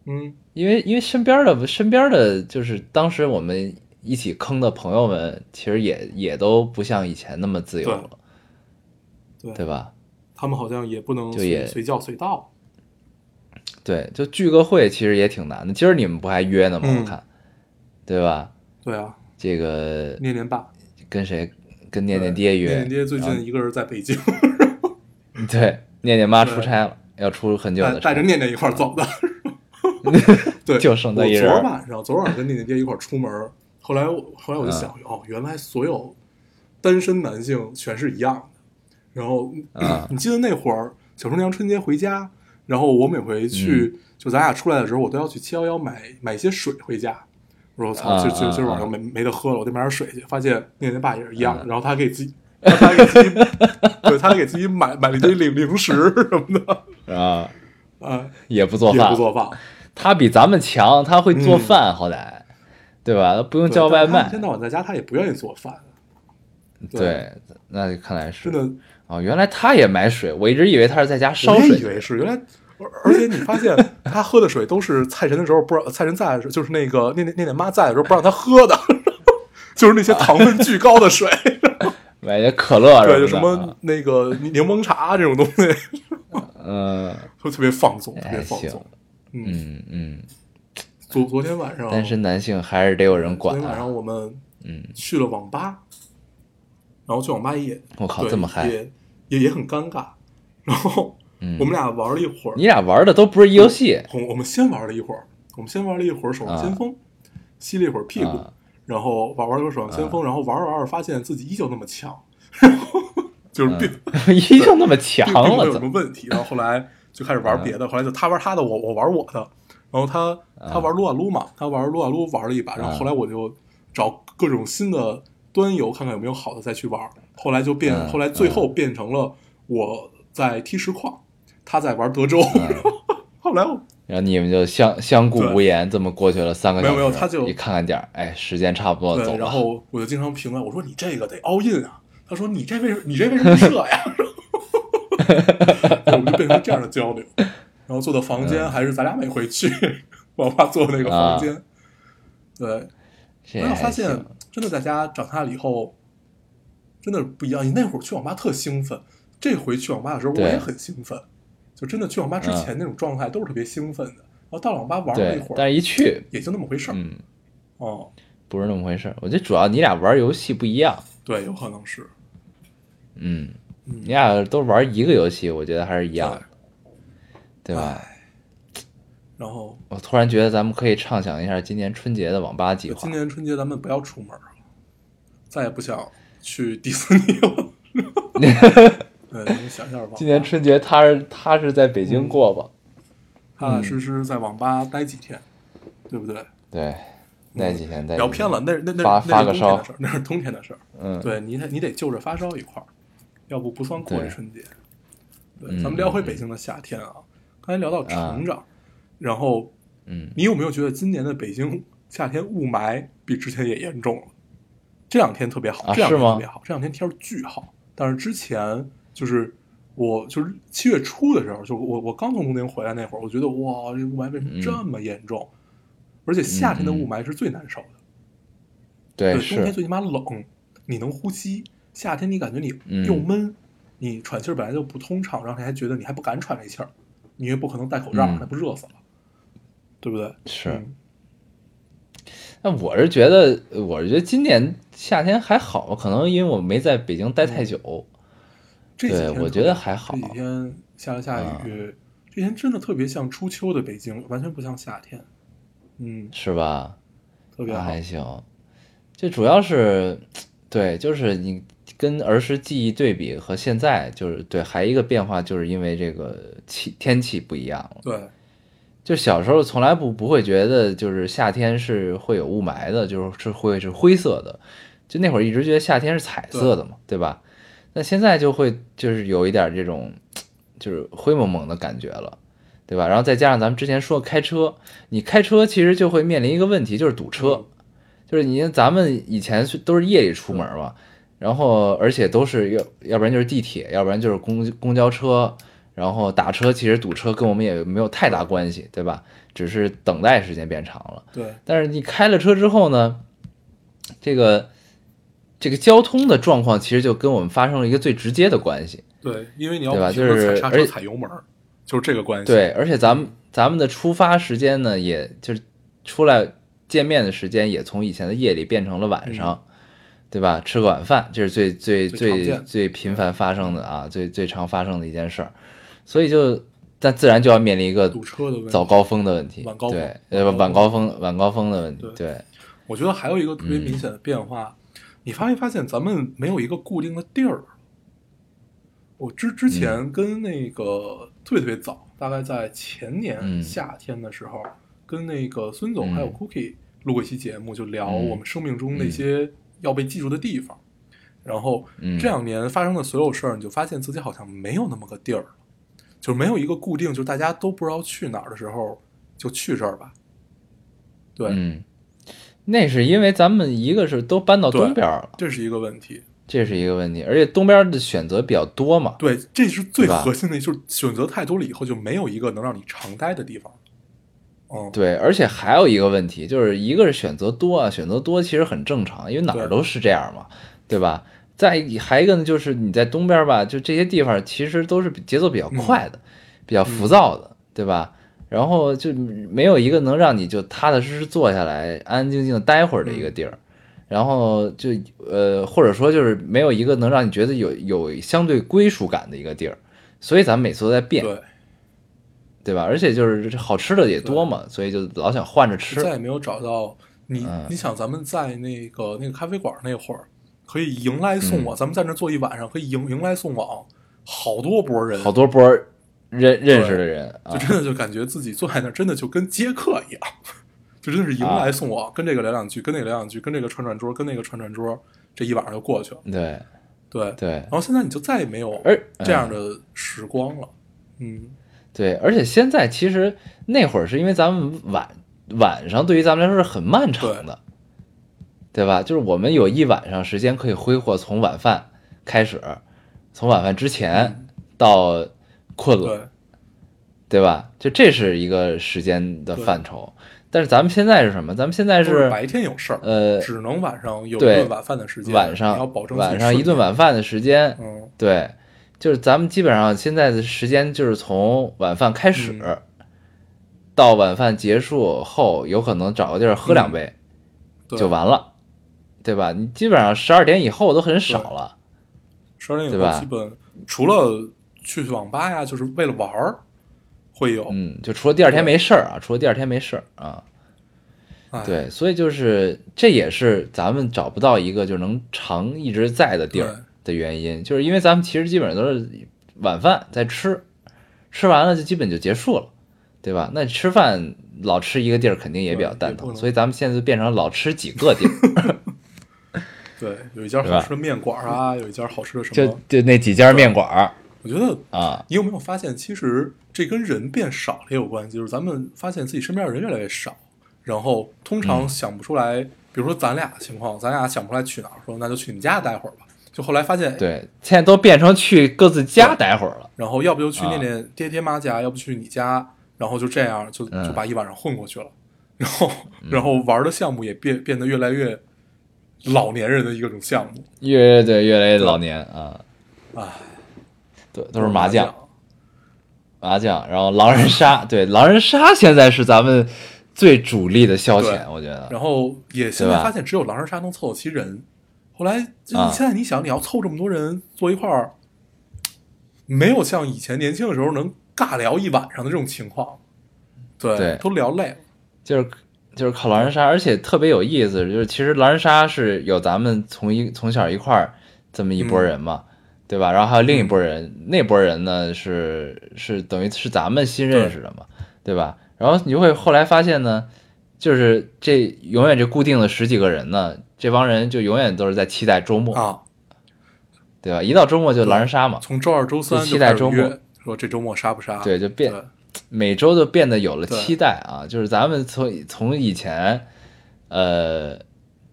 [SPEAKER 2] 嗯，
[SPEAKER 1] 因为因为身边的身边的就是当时我们一起坑的朋友们，其实也也都不像以前那么自由
[SPEAKER 2] 对
[SPEAKER 1] 了，
[SPEAKER 2] 对
[SPEAKER 1] 对吧？
[SPEAKER 2] 他们好像也不能
[SPEAKER 1] 就也
[SPEAKER 2] 随随叫随到。
[SPEAKER 1] 对，就聚个会其实也挺难的。今儿你们不还约呢吗？
[SPEAKER 2] 嗯
[SPEAKER 1] 我看，对吧？
[SPEAKER 2] 对啊，
[SPEAKER 1] 这个
[SPEAKER 2] 念念爸，
[SPEAKER 1] 跟谁？跟念念爹约，啊
[SPEAKER 2] 念念爹最
[SPEAKER 1] 然
[SPEAKER 2] 近
[SPEAKER 1] 后
[SPEAKER 2] 一个人在北京，
[SPEAKER 1] 对念念妈出
[SPEAKER 2] 对
[SPEAKER 1] 差了，要出很久
[SPEAKER 2] 带
[SPEAKER 1] 的差
[SPEAKER 2] 呃带着念念一块儿走 的。对，
[SPEAKER 1] 就剩他一人
[SPEAKER 2] 我昨儿晚上，昨儿晚上跟念念爹一块儿出门儿，后来我后来我就想，
[SPEAKER 1] 嗯
[SPEAKER 2] 哦，原来所有单身男性全是一样的。然后、
[SPEAKER 1] 啊
[SPEAKER 2] 你记得那会儿小厨娘春节回家，然后我每回
[SPEAKER 1] 嗯
[SPEAKER 2] 去、就咱俩出来的时候，我都要去七幺幺买买一些水回家。我说我操，
[SPEAKER 1] 啊
[SPEAKER 2] 今今
[SPEAKER 1] 啊
[SPEAKER 2] 今儿晚
[SPEAKER 1] 啊嗯
[SPEAKER 2] 上没没得喝了，我得买点水去。发现念念爸也是一样的，然后他给自己。 他还给自己，对，他还给自己买买了一堆零零食什么的，
[SPEAKER 1] 啊，
[SPEAKER 2] 啊，
[SPEAKER 1] 也不做
[SPEAKER 2] 也
[SPEAKER 1] 饭，
[SPEAKER 2] 不做饭，
[SPEAKER 1] 他比咱们强，他会做
[SPEAKER 2] 嗯
[SPEAKER 1] 饭，好歹，对吧？他不用
[SPEAKER 2] 对
[SPEAKER 1] 叫
[SPEAKER 2] 但
[SPEAKER 1] 外
[SPEAKER 2] 是他一
[SPEAKER 1] 卖
[SPEAKER 2] 天，到晚在家他也不愿意做饭，对
[SPEAKER 1] 对，那就看来是
[SPEAKER 2] 真的
[SPEAKER 1] 哦，原来他也买水，我一直以为他是在家烧
[SPEAKER 2] 我也
[SPEAKER 1] 水
[SPEAKER 2] 以为是原来，而而且你发现他喝的水都是蔡神的时候不让 蔡神在的时候，就是那个那那那点妈在的时候不让他喝的， 就是那些糖分巨高 的水，
[SPEAKER 1] 买些可乐
[SPEAKER 2] 对，就
[SPEAKER 1] 什
[SPEAKER 2] 什
[SPEAKER 1] 么的
[SPEAKER 2] 么
[SPEAKER 1] 啊，
[SPEAKER 2] 那个柠柠檬茶这种东西，
[SPEAKER 1] 嗯，
[SPEAKER 2] 就特别放纵，特别
[SPEAKER 1] 哎
[SPEAKER 2] 放
[SPEAKER 1] 行
[SPEAKER 2] 纵。，嗯，
[SPEAKER 1] 嗯嗯，
[SPEAKER 2] 昨昨天晚上，
[SPEAKER 1] 单身男性还是得有人
[SPEAKER 2] 昨
[SPEAKER 1] 管
[SPEAKER 2] 天哦晚
[SPEAKER 1] 啊
[SPEAKER 2] 上，我们
[SPEAKER 1] 嗯，
[SPEAKER 2] 去了网吧，然后去网吧也，
[SPEAKER 1] 我靠，
[SPEAKER 2] 对
[SPEAKER 1] 这么嗨，
[SPEAKER 2] 也也也很尴尬，然后
[SPEAKER 1] 嗯
[SPEAKER 2] 我们俩玩了一会儿，
[SPEAKER 1] 你俩玩的都不是一游戏
[SPEAKER 2] 我我们先玩了一会儿，我们先玩了一会儿守望先锋，吸了一会儿屁股，
[SPEAKER 1] 啊
[SPEAKER 2] 然后玩玩了一会儿守望先锋，然后玩着玩着发现自己依旧那么强，然后就是并、
[SPEAKER 1] 嗯依旧那么强
[SPEAKER 2] 并并没
[SPEAKER 1] 了，
[SPEAKER 2] 有什
[SPEAKER 1] 怎
[SPEAKER 2] 么
[SPEAKER 1] 么？嗯
[SPEAKER 2] 问题。然后后来就开始玩别的，后来就他玩他的，我我玩我的，然后他
[SPEAKER 1] 嗯
[SPEAKER 2] 他玩撸啊撸嘛，他玩撸啊撸玩了一把，然后后来我就找各种新的端游看看有没有好的再去玩，后来就变，
[SPEAKER 1] 嗯
[SPEAKER 2] 后来最后变成了我在踢实况，他在玩德州，
[SPEAKER 1] 嗯
[SPEAKER 2] 后来我。
[SPEAKER 1] 然后你们就相相顾无言，这么过去了三个小时。
[SPEAKER 2] 没有没有他就
[SPEAKER 1] 一看看点儿，哎，时间差不多了，走
[SPEAKER 2] 对，
[SPEAKER 1] 吧。
[SPEAKER 2] 呃然后我就经常评论，我说你这个得 all in 啊。他说你这为什你这为什么不射呀？ 我们就变成这样的交流，然后坐到房
[SPEAKER 1] 嗯
[SPEAKER 2] 间、还是咱俩每回去网吧坐那个房间。对，
[SPEAKER 1] 啊这
[SPEAKER 2] 然后发
[SPEAKER 1] 还
[SPEAKER 2] 现
[SPEAKER 1] 行，
[SPEAKER 2] 真的在家长大了以后，真的不一样。你那会儿去网吧特兴奋，这回去网吧的时候我
[SPEAKER 1] 对嗯
[SPEAKER 2] 也很兴奋，就真的去网吧之前那种状态都是特别兴奋的。然后到网吧玩了一
[SPEAKER 1] 对，
[SPEAKER 2] 会
[SPEAKER 1] 但
[SPEAKER 2] 儿，
[SPEAKER 1] 是一去，
[SPEAKER 2] 也就那么回事儿。
[SPEAKER 1] 嗯，
[SPEAKER 2] 哦，
[SPEAKER 1] 不是那么回事儿。我觉得主要你俩玩游戏不一样，
[SPEAKER 2] 对，有可能是。
[SPEAKER 1] 嗯，
[SPEAKER 2] 嗯
[SPEAKER 1] 你俩都玩一个游戏，我觉得还是一样的，对吧？
[SPEAKER 2] 然后
[SPEAKER 1] 我突然觉得咱们可以畅想一下今年春节的网吧计划
[SPEAKER 2] 今。年春节咱们不要出门了，再也不想去迪士尼了。对，你想象吧，
[SPEAKER 1] 今年春节他是他是在北
[SPEAKER 2] 嗯
[SPEAKER 1] 京过吧？
[SPEAKER 2] 踏踏实实在网吧待几天，对不对？
[SPEAKER 1] 对，待几天待几天
[SPEAKER 2] 嗯聊偏了，那那那
[SPEAKER 1] 发
[SPEAKER 2] 那
[SPEAKER 1] 嗯发
[SPEAKER 2] 是
[SPEAKER 1] 个
[SPEAKER 2] 冬天的
[SPEAKER 1] 烧
[SPEAKER 2] 事儿，那是冬天的事儿。
[SPEAKER 1] 嗯，
[SPEAKER 2] 对你得你得就着发烧一块儿，要不不算过这
[SPEAKER 1] 对
[SPEAKER 2] 春节。对，
[SPEAKER 1] 嗯
[SPEAKER 2] 咱们聊回北京的夏天啊，刚才聊到成长，然后
[SPEAKER 1] 嗯，
[SPEAKER 2] 你有没有觉得今年的北京夏天雾霾比之前也严重了？这两天特别好，
[SPEAKER 1] 啊
[SPEAKER 2] 这两天
[SPEAKER 1] 是吗
[SPEAKER 2] 特别好，这两天天儿巨好。但是之前就是我就是七月初的时候，就我我刚从东京回来那会儿，我觉得哇，这雾霾为什么
[SPEAKER 1] 嗯
[SPEAKER 2] 这么严重？而且夏天的雾霾是最难受的，
[SPEAKER 1] 对
[SPEAKER 2] 对，冬天
[SPEAKER 1] 是，
[SPEAKER 2] 最起码冷，你能呼吸；夏天你感觉你
[SPEAKER 1] 嗯
[SPEAKER 2] 又闷，你喘气儿本来就不通畅，然后你还觉得你还不敢喘这气儿，你也不可能戴口罩，
[SPEAKER 1] 嗯
[SPEAKER 2] 那不热死了，对不对？
[SPEAKER 1] 是
[SPEAKER 2] 嗯，
[SPEAKER 1] 那我是觉得，我是觉得今年夏天还好，可能因为我没在北京待太久。
[SPEAKER 2] 嗯这几
[SPEAKER 1] 对
[SPEAKER 2] 天
[SPEAKER 1] 我
[SPEAKER 2] 特
[SPEAKER 1] 觉得
[SPEAKER 2] 别
[SPEAKER 1] 还好啊
[SPEAKER 2] 这几天下了下雨，这几天真的特别像初秋的北京，完全不像夏天。嗯，
[SPEAKER 1] 是吧？
[SPEAKER 2] 特别
[SPEAKER 1] 那
[SPEAKER 2] 好。
[SPEAKER 1] 还行，就主要是，对，就是你跟儿时记忆对比和现在，就是对，还一个变化，就是因为这个气天气不一样了。
[SPEAKER 2] 对，
[SPEAKER 1] 就小时候从来不不会觉得，就是夏天是会有雾霾的，就是是会是灰色的。就那会儿一直觉得夏天是彩色的嘛，对吧？那现在就会就是有一点这种，就是灰蒙蒙的感觉了，对吧？然后再加上咱们之前说开车，你开车其实就会面临一个问题，就是堵车。就是你咱们以前是都是夜里出门嘛，然后而且都是要要不然就是地铁，要不然就是公公交车，然后打车其实堵车跟我们也没有太大关系，对吧？只是等待时间变长了。
[SPEAKER 2] 对，
[SPEAKER 1] 但是你开了车之后呢，这个这个交通的状况其实就跟我们发生了一个最直接的关系。
[SPEAKER 2] 对，因为你要
[SPEAKER 1] 对吧
[SPEAKER 2] 不停地
[SPEAKER 1] 就是
[SPEAKER 2] 踩刹
[SPEAKER 1] 而
[SPEAKER 2] 车、
[SPEAKER 1] 且
[SPEAKER 2] 踩油门儿，就是这个关系。
[SPEAKER 1] 对，而且咱们咱们的出发时间呢，也就是出来见面的时间，也从以前的夜里变成了晚上，对吧？吃个晚饭，这是最最
[SPEAKER 2] 嗯最常
[SPEAKER 1] 最
[SPEAKER 2] 见
[SPEAKER 1] 最频繁发生的啊，最最常发生的一件事儿，所以就但自然就要面临一个
[SPEAKER 2] 堵车的问题。
[SPEAKER 1] 早高峰的问题，
[SPEAKER 2] 晚高峰
[SPEAKER 1] 对，呃，晚高峰晚高峰的问题，对，
[SPEAKER 2] 我觉得还有一个特别
[SPEAKER 1] 嗯
[SPEAKER 2] 明显的变化，你发没发现咱们没有一个固定的地儿？我之之前
[SPEAKER 1] 嗯
[SPEAKER 2] 跟那个特别特别早，大概在前年
[SPEAKER 1] 嗯
[SPEAKER 2] 夏天的时候，跟那个孙总
[SPEAKER 1] 嗯
[SPEAKER 2] 还有 Cookie 录过一期节目，就聊
[SPEAKER 1] 嗯
[SPEAKER 2] 我们生命中那些要被记住的地方。然后
[SPEAKER 1] 嗯
[SPEAKER 2] 这两年发生的所有事儿，你就发现自己好像没有那么个地儿了，就是没有一个固定，就是大家都不知道去哪儿的时候，就去这儿吧。对，
[SPEAKER 1] 嗯，那是因为咱们一个是都搬到东边儿了，
[SPEAKER 2] 这是一个问题。
[SPEAKER 1] 这是一个问题，而且东边儿的选择比较多嘛，
[SPEAKER 2] 对，这是最
[SPEAKER 1] 对吧
[SPEAKER 2] 核心的，就是选择太多了以后，就没有一个能让你常待的地方。嗯，
[SPEAKER 1] 对，而且还有一个问题，就是一个是选择多啊，选择多其实很正常，因为哪
[SPEAKER 2] 对
[SPEAKER 1] 儿都是这样嘛，对吧？再一还一个呢，就是你在东边儿吧，就这些地方其实都是比节奏比
[SPEAKER 2] 嗯
[SPEAKER 1] 较快的，比较浮躁的，对吧？然后就没有一个能让你就踏踏实实坐下来、安安静静的待会儿的一个
[SPEAKER 2] 嗯
[SPEAKER 1] 地儿，然后就呃，或者说就是没有一个能让你觉得有有相对归属感的一个地儿，所以咱们每次都在变，
[SPEAKER 2] 对，
[SPEAKER 1] 对吧？而且就是这好吃的也多嘛，所以就老想换着吃
[SPEAKER 2] 就。再也没有找到你。
[SPEAKER 1] 嗯
[SPEAKER 2] 你想，咱们在那个那个咖啡馆那会儿，可以迎来
[SPEAKER 1] 嗯
[SPEAKER 2] 送往，咱们在那坐一晚上，可以迎迎来送往，好多波人，
[SPEAKER 1] 好多波儿认认识的人啊
[SPEAKER 2] 就，真的就感觉自己坐在那儿，真的就跟接客一样， 就真的是迎来
[SPEAKER 1] 啊
[SPEAKER 2] 送往，跟这个聊两句，跟那个聊两句，跟这个串串桌，跟那个串串桌，这一晚上就过去了。
[SPEAKER 1] 对
[SPEAKER 2] 对，
[SPEAKER 1] 对哎
[SPEAKER 2] 然后现在你就再也没有
[SPEAKER 1] 而
[SPEAKER 2] 这样的时光了。嗯
[SPEAKER 1] 对，而且现在其实那会儿是因为咱们晚晚上对于咱们来说是很漫长的，对吧？就是我们有一晚上时间可以挥霍，从晚饭开始，从晚饭之前到困了，
[SPEAKER 2] 嗯对，
[SPEAKER 1] 对吧？就这是一个时间的
[SPEAKER 2] 对
[SPEAKER 1] 范畴。但是咱们现在是什么？咱们现在
[SPEAKER 2] 都是
[SPEAKER 1] 是
[SPEAKER 2] 白天有事儿，
[SPEAKER 1] 呃
[SPEAKER 2] 只能晚上有一
[SPEAKER 1] 对
[SPEAKER 2] 顿晚饭的时间，
[SPEAKER 1] 晚
[SPEAKER 2] 你
[SPEAKER 1] 上
[SPEAKER 2] 要保证自己
[SPEAKER 1] 晚上一顿
[SPEAKER 2] 睡眠，
[SPEAKER 1] 晚饭的时间，
[SPEAKER 2] 嗯，
[SPEAKER 1] 对，就是咱们基本上现在的时间就是从晚饭开始、到晚饭结束后，有可能找个地儿喝两杯、
[SPEAKER 2] 对，
[SPEAKER 1] 就完了，对吧？你基本上十二点以后都很少了，
[SPEAKER 2] 十二点以
[SPEAKER 1] 对
[SPEAKER 2] 后
[SPEAKER 1] 吧
[SPEAKER 2] 基本除了去网吧呀，就是为了玩儿会有，
[SPEAKER 1] 嗯，就除了第二天没事儿啊，除了第二天没事儿啊，
[SPEAKER 2] 哎，
[SPEAKER 1] 对，所以就是这也是咱们找不到一个就能常一直在的地
[SPEAKER 2] 对
[SPEAKER 1] 儿，的原因，就是因为咱们其实基本上都是晚饭在吃，吃完了就基本就结束了，对吧？那吃饭老吃一个地儿肯定也比较
[SPEAKER 2] 对
[SPEAKER 1] 蛋
[SPEAKER 2] 也不
[SPEAKER 1] 疼，
[SPEAKER 2] 能
[SPEAKER 1] 所以咱们现在就变成老吃几个 地儿，
[SPEAKER 2] 对，有一家好吃的面馆啊，有一家好吃的什
[SPEAKER 1] 就
[SPEAKER 2] 么，
[SPEAKER 1] 就那几家面馆儿
[SPEAKER 2] 我觉得
[SPEAKER 1] 啊，
[SPEAKER 2] 你有没有发现，其实这跟人变少了也有关系，就是咱们发现自己身边的人越来越少，然后通
[SPEAKER 1] 嗯
[SPEAKER 2] 常想不出来，比如说咱俩情况，咱俩想不出来去哪儿，说那就去你家待会儿吧。就后来发现，，
[SPEAKER 1] 对，现在都变成去各自家待会儿了。
[SPEAKER 2] 然后要不就去
[SPEAKER 1] 啊
[SPEAKER 2] 念念爹爹妈家，要不去你家，然后就这样就
[SPEAKER 1] 嗯
[SPEAKER 2] 就把一晚上混过去了。然后，然后玩的项目也变变得越来越老年人的一个种项目，
[SPEAKER 1] 越对越来越老年啊，
[SPEAKER 2] 唉，哎
[SPEAKER 1] 对，都是麻将，麻将，然后狼人 杀，对，狼人杀现在是咱们最主力的消
[SPEAKER 2] 对
[SPEAKER 1] 遣，我觉得
[SPEAKER 2] 然后也现在
[SPEAKER 1] 对吧
[SPEAKER 2] 发现只有狼人杀能凑到齐人。后来就
[SPEAKER 1] 啊
[SPEAKER 2] 现在你想，你要凑这么多人坐一块儿，没有像以前年轻的时候能尬聊一晚上的这种情况，对，
[SPEAKER 1] 对
[SPEAKER 2] 都聊累了。
[SPEAKER 1] 就是就是靠狼人杀，而且特别有意思，就是其实狼人杀是有咱们从一从小一块儿这么一波人嘛，对吧？然后还有另一波人，那波人呢是是等于是咱们新认识的嘛，对吧？然后你会后来发现呢，就是这永远这固定的十几个人呢，这帮人就永远都是在期待周末，
[SPEAKER 2] 啊，
[SPEAKER 1] 对吧？一到周末就狼人杀嘛，
[SPEAKER 2] 从周二、周三
[SPEAKER 1] 就
[SPEAKER 2] 就
[SPEAKER 1] 期待
[SPEAKER 2] 开始
[SPEAKER 1] 周末
[SPEAKER 2] 约，说这周末杀不杀？
[SPEAKER 1] 啊对，就变
[SPEAKER 2] 对
[SPEAKER 1] 每周都变得有了
[SPEAKER 2] 对
[SPEAKER 1] 期待啊，就是咱们从从以前，呃，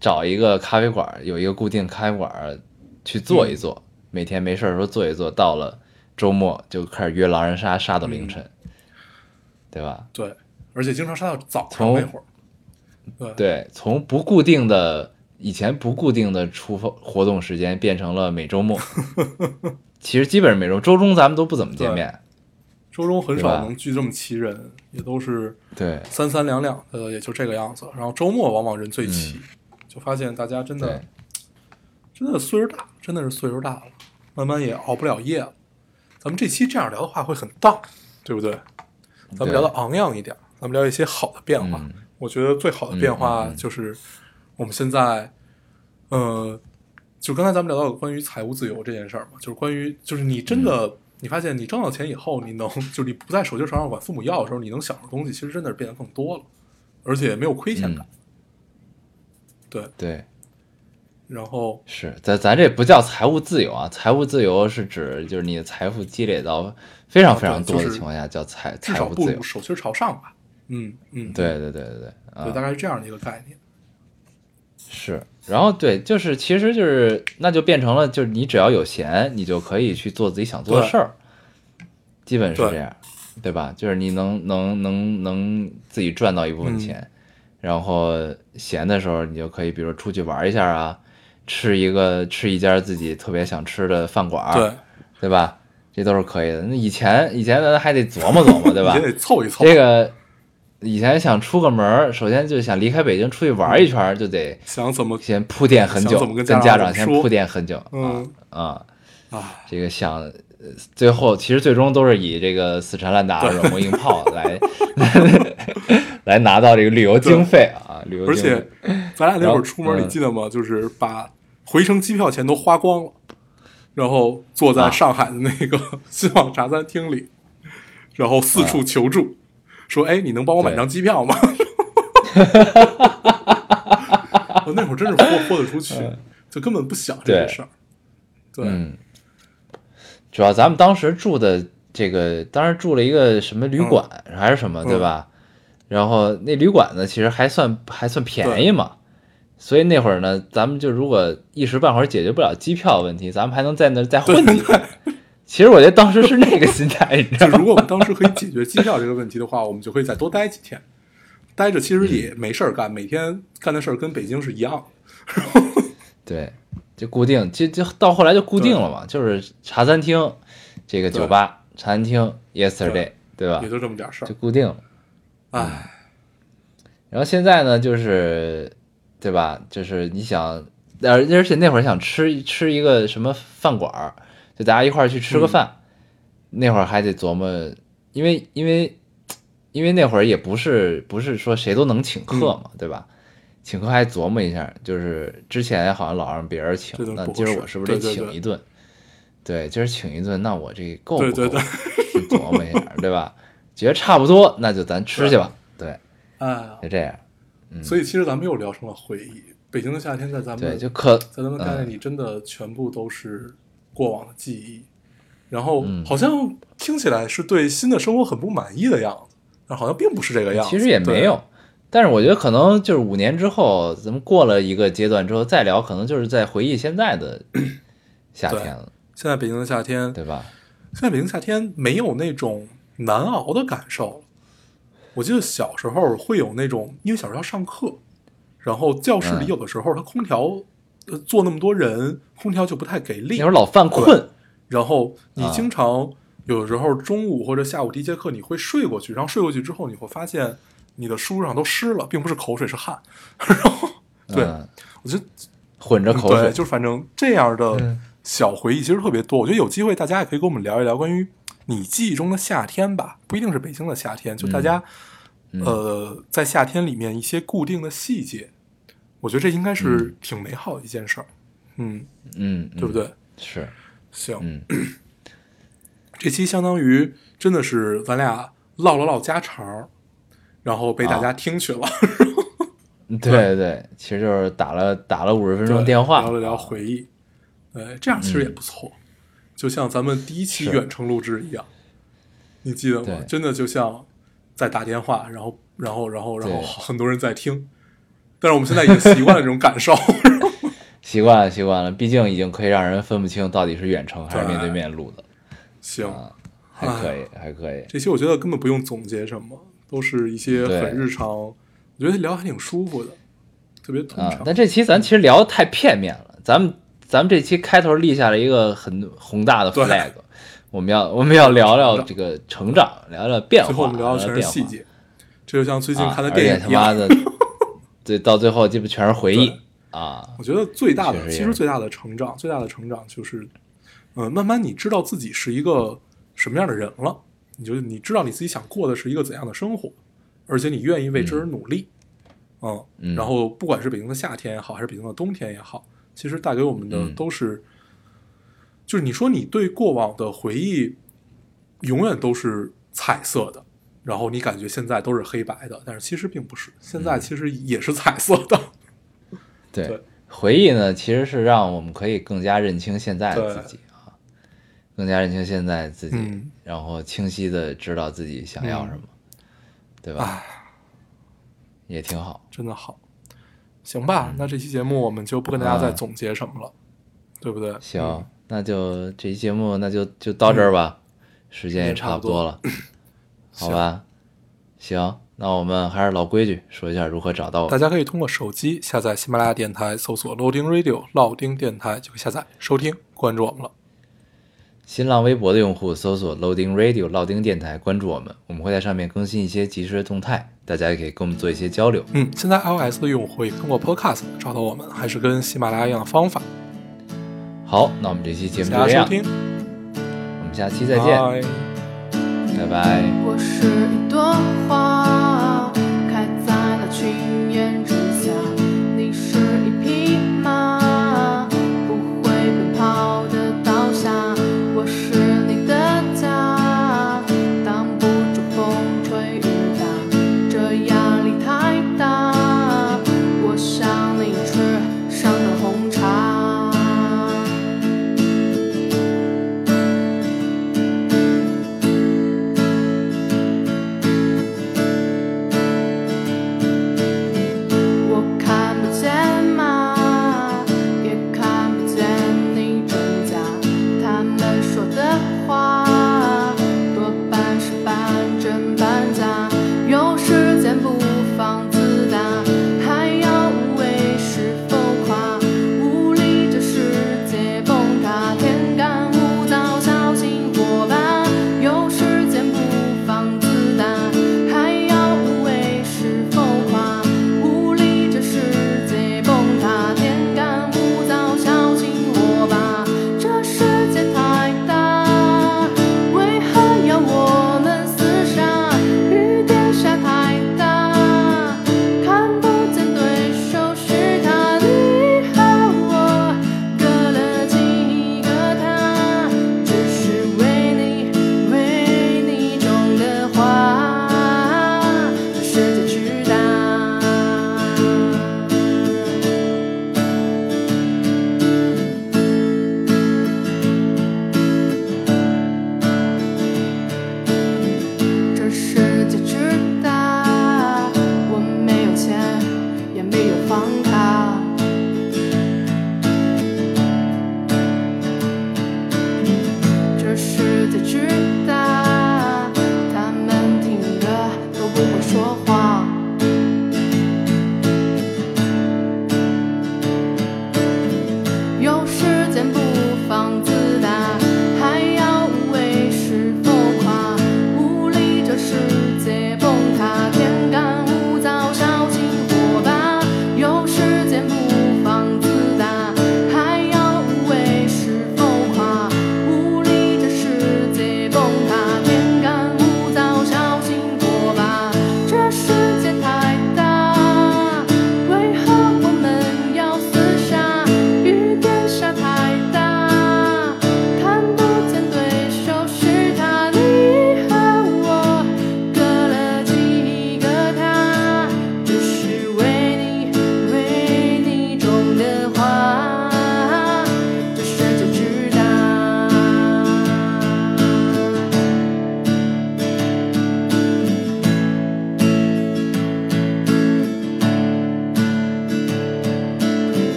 [SPEAKER 1] 找一个咖啡馆，有一个固定咖啡馆去坐一
[SPEAKER 2] 嗯
[SPEAKER 1] 坐，每天没事儿的时候坐一坐，到了周末就开始约狼人杀，杀到
[SPEAKER 2] 嗯
[SPEAKER 1] 凌晨，对吧？
[SPEAKER 2] 对，而且经常杀到早上
[SPEAKER 1] 从
[SPEAKER 2] 那会儿。对
[SPEAKER 1] 对，从不固定的以前不固定的出发活动时间变成了每周 末，其实基本上每周周中咱们都不怎么见
[SPEAKER 2] 对
[SPEAKER 1] 面，
[SPEAKER 2] 周中很
[SPEAKER 1] 对吧
[SPEAKER 2] 少能聚这么齐人，也都是
[SPEAKER 1] 对
[SPEAKER 2] 三三两两的，也就这个样子。然后周末往往人最齐，就发现大家
[SPEAKER 1] 嗯
[SPEAKER 2] 真
[SPEAKER 1] 对
[SPEAKER 2] 的。真的岁数大，真的是岁数大了，慢慢也熬不了夜了。咱们这期这样聊的话会很荡，对不对？咱们聊的昂扬一点，咱们聊一些好的变化。
[SPEAKER 1] 嗯
[SPEAKER 2] 我觉得最好的变化
[SPEAKER 1] 嗯嗯嗯
[SPEAKER 2] 就是我们现在，呃，就刚才咱们聊到关于财务自由这件事儿嘛，就是关于就是你真的、
[SPEAKER 1] 嗯
[SPEAKER 2] 你发现你挣到钱以后，你能就是你不在手心手上管父母要的时候，你能享受的东西其实真的是变得更多了，而且没有亏欠
[SPEAKER 1] 嗯
[SPEAKER 2] 感。对，
[SPEAKER 1] 对。
[SPEAKER 2] 然后
[SPEAKER 1] 是，咱咱这不叫财务自由啊，财务自由是指就是你的财富积累到非常非常
[SPEAKER 2] 啊对
[SPEAKER 1] 多
[SPEAKER 2] 就
[SPEAKER 1] 的
[SPEAKER 2] 是
[SPEAKER 1] 情况下叫财
[SPEAKER 2] 至
[SPEAKER 1] 财
[SPEAKER 2] 少
[SPEAKER 1] 务
[SPEAKER 2] 步
[SPEAKER 1] 自由
[SPEAKER 2] 入。手心朝上吧。嗯嗯，
[SPEAKER 1] 对对对对对，啊
[SPEAKER 2] 对，大概是这样的一个概念。
[SPEAKER 1] 是。然后对，就是其实就是那就变成了就是你只要有闲，你就可以去做自己想做的
[SPEAKER 2] 对
[SPEAKER 1] 事儿，基本是
[SPEAKER 2] 对
[SPEAKER 1] 这样，对吧？就是你能能能能自己赚到一部分
[SPEAKER 2] 嗯
[SPEAKER 1] 钱，然后闲的时候你就可以比如出去玩一下啊，吃一个吃一家自己特别想吃的饭馆儿，
[SPEAKER 2] 对，
[SPEAKER 1] 对吧？这都是可以的。那以前以前咱还得琢磨琢磨，对吧
[SPEAKER 2] 你？也得凑一凑，
[SPEAKER 1] 这个以前想出个门儿，首先就想离开北京出去玩一圈儿，就得
[SPEAKER 2] 想怎么
[SPEAKER 1] 先铺垫很久，
[SPEAKER 2] 想怎么
[SPEAKER 1] 跟
[SPEAKER 2] 跟
[SPEAKER 1] 家
[SPEAKER 2] 家
[SPEAKER 1] 长
[SPEAKER 2] 长
[SPEAKER 1] 先
[SPEAKER 2] 说
[SPEAKER 1] 铺垫很久啊
[SPEAKER 2] 嗯
[SPEAKER 1] 啊！
[SPEAKER 2] 啊？
[SPEAKER 1] 这个想，呃最后其实最终都是以这个死缠烂打、软磨硬泡来 来拿到这个旅游经费啊，旅游
[SPEAKER 2] 而
[SPEAKER 1] 经费
[SPEAKER 2] 且。咱俩那会
[SPEAKER 1] 然后
[SPEAKER 2] 儿出门，
[SPEAKER 1] 嗯
[SPEAKER 2] 你记得吗？就是把回程机票钱都花光了，然后坐
[SPEAKER 1] 啊
[SPEAKER 2] 在上海的那 个新网茶餐厅里，然后四处求助，说：“哎，你能帮我买
[SPEAKER 1] 啊对
[SPEAKER 2] 张机票 吗？” 我那会儿真是豁豁得出去，就根本不想
[SPEAKER 1] 嗯
[SPEAKER 2] 这
[SPEAKER 1] 对
[SPEAKER 2] 件事儿。对，
[SPEAKER 1] 嗯，主要咱们当时住的这个，当时住了一个什么旅馆、还是什么，对吧？然后那旅馆呢，其实还算还算便宜嘛，所以那会儿呢，咱们就如果一时半会儿解决不了机票问题，咱们还能在那儿再混几天。其实我觉得当时是那个心态，你知
[SPEAKER 2] 就
[SPEAKER 1] 道
[SPEAKER 2] 如
[SPEAKER 1] 吗？
[SPEAKER 2] 果我们当时可以解决机票这个问题的话，我们就可以再多待几天。待着其实也没事儿干，每天干的事儿跟北京是一样的。
[SPEAKER 1] 对，就固定，就就到后来就固定了嘛，就是茶餐厅，这个酒吧、茶餐厅，yesterday，对吧
[SPEAKER 2] 也？就这么点事儿哎
[SPEAKER 1] 就。固定了。啊
[SPEAKER 2] 唉，
[SPEAKER 1] 然后现在呢，就是，对吧？就是你想，而而且那会儿想吃吃一个什么饭馆儿，就大家一块儿去
[SPEAKER 2] 嗯
[SPEAKER 1] 吃个饭。那会儿还得琢磨，因为
[SPEAKER 2] 嗯
[SPEAKER 1] 因为因为那会儿也不是不是说谁都能请客嘛，对吧？请客还琢磨一下，就是之前好像老让别人请
[SPEAKER 2] 这，顿
[SPEAKER 1] 那
[SPEAKER 2] 不
[SPEAKER 1] 今儿我
[SPEAKER 2] 合适
[SPEAKER 1] 是不是
[SPEAKER 2] 对
[SPEAKER 1] 得
[SPEAKER 2] 对
[SPEAKER 1] 请
[SPEAKER 2] 对
[SPEAKER 1] 一顿？对，今儿请一顿，那我这够不够？
[SPEAKER 2] 对对对
[SPEAKER 1] 去琢磨一下，对吧？觉得差不多，那就咱吃去吧。对，
[SPEAKER 2] 哎，
[SPEAKER 1] 就这样。嗯
[SPEAKER 2] 所以其实咱们又聊成了回忆。北京的夏天在咱
[SPEAKER 1] 对，
[SPEAKER 2] 们
[SPEAKER 1] 就嗯可
[SPEAKER 2] 在咱们概念里，真的全部都是过往的记忆。然后
[SPEAKER 1] 嗯
[SPEAKER 2] 好像听起来是对新的生活很不满意的样子，但好像并不是这个样子。
[SPEAKER 1] 其实也没有，但是我觉得可能就是五年之后，咱们过了一个阶段之后再聊，可能就是在回忆现在 的夏
[SPEAKER 2] 对
[SPEAKER 1] 天了，
[SPEAKER 2] 对。现在北京的夏天，
[SPEAKER 1] 对吧？
[SPEAKER 2] 现在北京夏天没有那种难熬的感受了。我记得小时候会有那种，因为小时候要上课，然后教室
[SPEAKER 1] 嗯
[SPEAKER 2] 里有的时候它空调，呃，坐那么多人，空调就不太给力
[SPEAKER 1] 那会。儿老犯困，
[SPEAKER 2] 然后你
[SPEAKER 1] 啊
[SPEAKER 2] 经常有的时候中午或者下午第一节课你会睡过去，然后睡过去之后你会发现你的书上都湿了，并不是口水是汗。 然后，对
[SPEAKER 1] 嗯，
[SPEAKER 2] 我觉得
[SPEAKER 1] 混着口水
[SPEAKER 2] 对，，就是反正这样的小回忆其实特别多。我觉得有机会大家也可以跟我们聊一聊关于你记忆中的夏天吧，不一定是北京的夏天，
[SPEAKER 1] 嗯
[SPEAKER 2] 就大家、呃在夏天里面一些固定的细节，我觉得这应该是挺美好的一件事儿，嗯，
[SPEAKER 1] 嗯，
[SPEAKER 2] 对
[SPEAKER 1] 嗯？
[SPEAKER 2] 不对？
[SPEAKER 1] 是，
[SPEAKER 2] 行，
[SPEAKER 1] 嗯，
[SPEAKER 2] 这期相当于真的是咱俩唠了唠家常儿，然后
[SPEAKER 1] 啊
[SPEAKER 2] 被大家听去了，
[SPEAKER 1] 对对对，其实就是打了打了五十分钟
[SPEAKER 2] 对
[SPEAKER 1] 电话，嗯
[SPEAKER 2] 聊了聊回忆，对，这样其实也不错，就像咱们第一期
[SPEAKER 1] 是
[SPEAKER 2] 远程录制一样，你记得吗
[SPEAKER 1] 对？
[SPEAKER 2] 真的就像在打电话，然后然后然后然后
[SPEAKER 1] 对
[SPEAKER 2] 很多人在听，但是我们现在已经习惯了这 种感受，
[SPEAKER 1] 习惯了习惯了，毕竟已经可以让人分不清到底是远程还是
[SPEAKER 2] 对
[SPEAKER 1] 面
[SPEAKER 2] 啊
[SPEAKER 1] 对面录的，
[SPEAKER 2] 行，
[SPEAKER 1] 啊还可以还可以，
[SPEAKER 2] 这期我觉得根本不用总结什么，都是一些
[SPEAKER 1] 对
[SPEAKER 2] 很日常，我觉得聊还挺舒服的，特别通
[SPEAKER 1] 啊
[SPEAKER 2] 畅，。
[SPEAKER 1] 但这期咱其实聊的太片面了，咱们咱们这期开头立下了一个很宏大的
[SPEAKER 2] 对
[SPEAKER 1] flag，我们要我们要聊聊
[SPEAKER 2] 成长
[SPEAKER 1] 这个成长，聊聊变化，
[SPEAKER 2] 最后我们聊的
[SPEAKER 1] 聊聊
[SPEAKER 2] 全是
[SPEAKER 1] 变化
[SPEAKER 2] 细节，这就像最近
[SPEAKER 1] 啊，
[SPEAKER 2] 看的
[SPEAKER 1] 而
[SPEAKER 2] 电
[SPEAKER 1] 且
[SPEAKER 2] 影
[SPEAKER 1] 他
[SPEAKER 2] 一样。
[SPEAKER 1] 妈 的，对，到最后基本全是回忆啊，
[SPEAKER 2] 我觉得最大
[SPEAKER 1] 确
[SPEAKER 2] 的，
[SPEAKER 1] 实也
[SPEAKER 2] 其实最大的成长，最大的成长就是，呃，慢慢你知道自己是一个什么样的人了，你就你知道你自己想过的是一个怎样的生活，而且你愿意为之而努力，嗯，
[SPEAKER 1] 嗯
[SPEAKER 2] 然后不管是北京的夏天也好，还是北京的冬天也好，其实带给我们的
[SPEAKER 1] 嗯
[SPEAKER 2] 都是，就是你说你对过往的回忆，永远都是彩色的。然后你感觉现在都是黑白的，但是其实并不是，现
[SPEAKER 1] 嗯
[SPEAKER 2] 在其实也是彩色的。对
[SPEAKER 1] 对，回忆呢，其实是让我们可以更加认清现在的
[SPEAKER 2] 对
[SPEAKER 1] 自己啊，更加认清现在的自己，
[SPEAKER 2] 嗯
[SPEAKER 1] 然后清晰的知道自己想要什么，对吧？
[SPEAKER 2] 唉
[SPEAKER 1] 也挺好。
[SPEAKER 2] 真的好。行吧，
[SPEAKER 1] 嗯
[SPEAKER 2] 那这期节目我们就不跟大家再总结什么了，对不对？
[SPEAKER 1] 行，
[SPEAKER 2] 嗯
[SPEAKER 1] 那就这期节目那就就到这儿吧，时间也差不多了，好吧？行，那我们还是老规矩，说一下如何找到我
[SPEAKER 2] 大
[SPEAKER 1] 们。
[SPEAKER 2] 家可以通过手机下载喜马拉雅电台，搜索 Loading Radio 老丁电台就可以下载收听，关注我们了。
[SPEAKER 1] 新浪微博的用户搜索 Loading Radio 老丁电台，关注我们，我们会在上面更新一些即时的动态，大家也可以跟我们做一些交流。
[SPEAKER 2] 嗯，现在 iOS 的用户也通过 Podcast 找到我们，还是跟喜马拉雅一样的方法。
[SPEAKER 1] 好，那我们这期节
[SPEAKER 2] 谢谢
[SPEAKER 1] 目
[SPEAKER 2] 大
[SPEAKER 1] 就这
[SPEAKER 2] 家
[SPEAKER 1] 样
[SPEAKER 2] 收，听，
[SPEAKER 1] 我们下期再见，
[SPEAKER 2] 拜
[SPEAKER 1] 拜拜。
[SPEAKER 3] 我是一朵花，开在那群雁之下。你是一匹马，不会奔跑的倒下。我是你的家，挡不住风吹雨打。这压力太大，我想你吃上的红茶。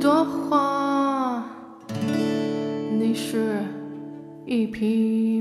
[SPEAKER 3] 朵花，你是一匹。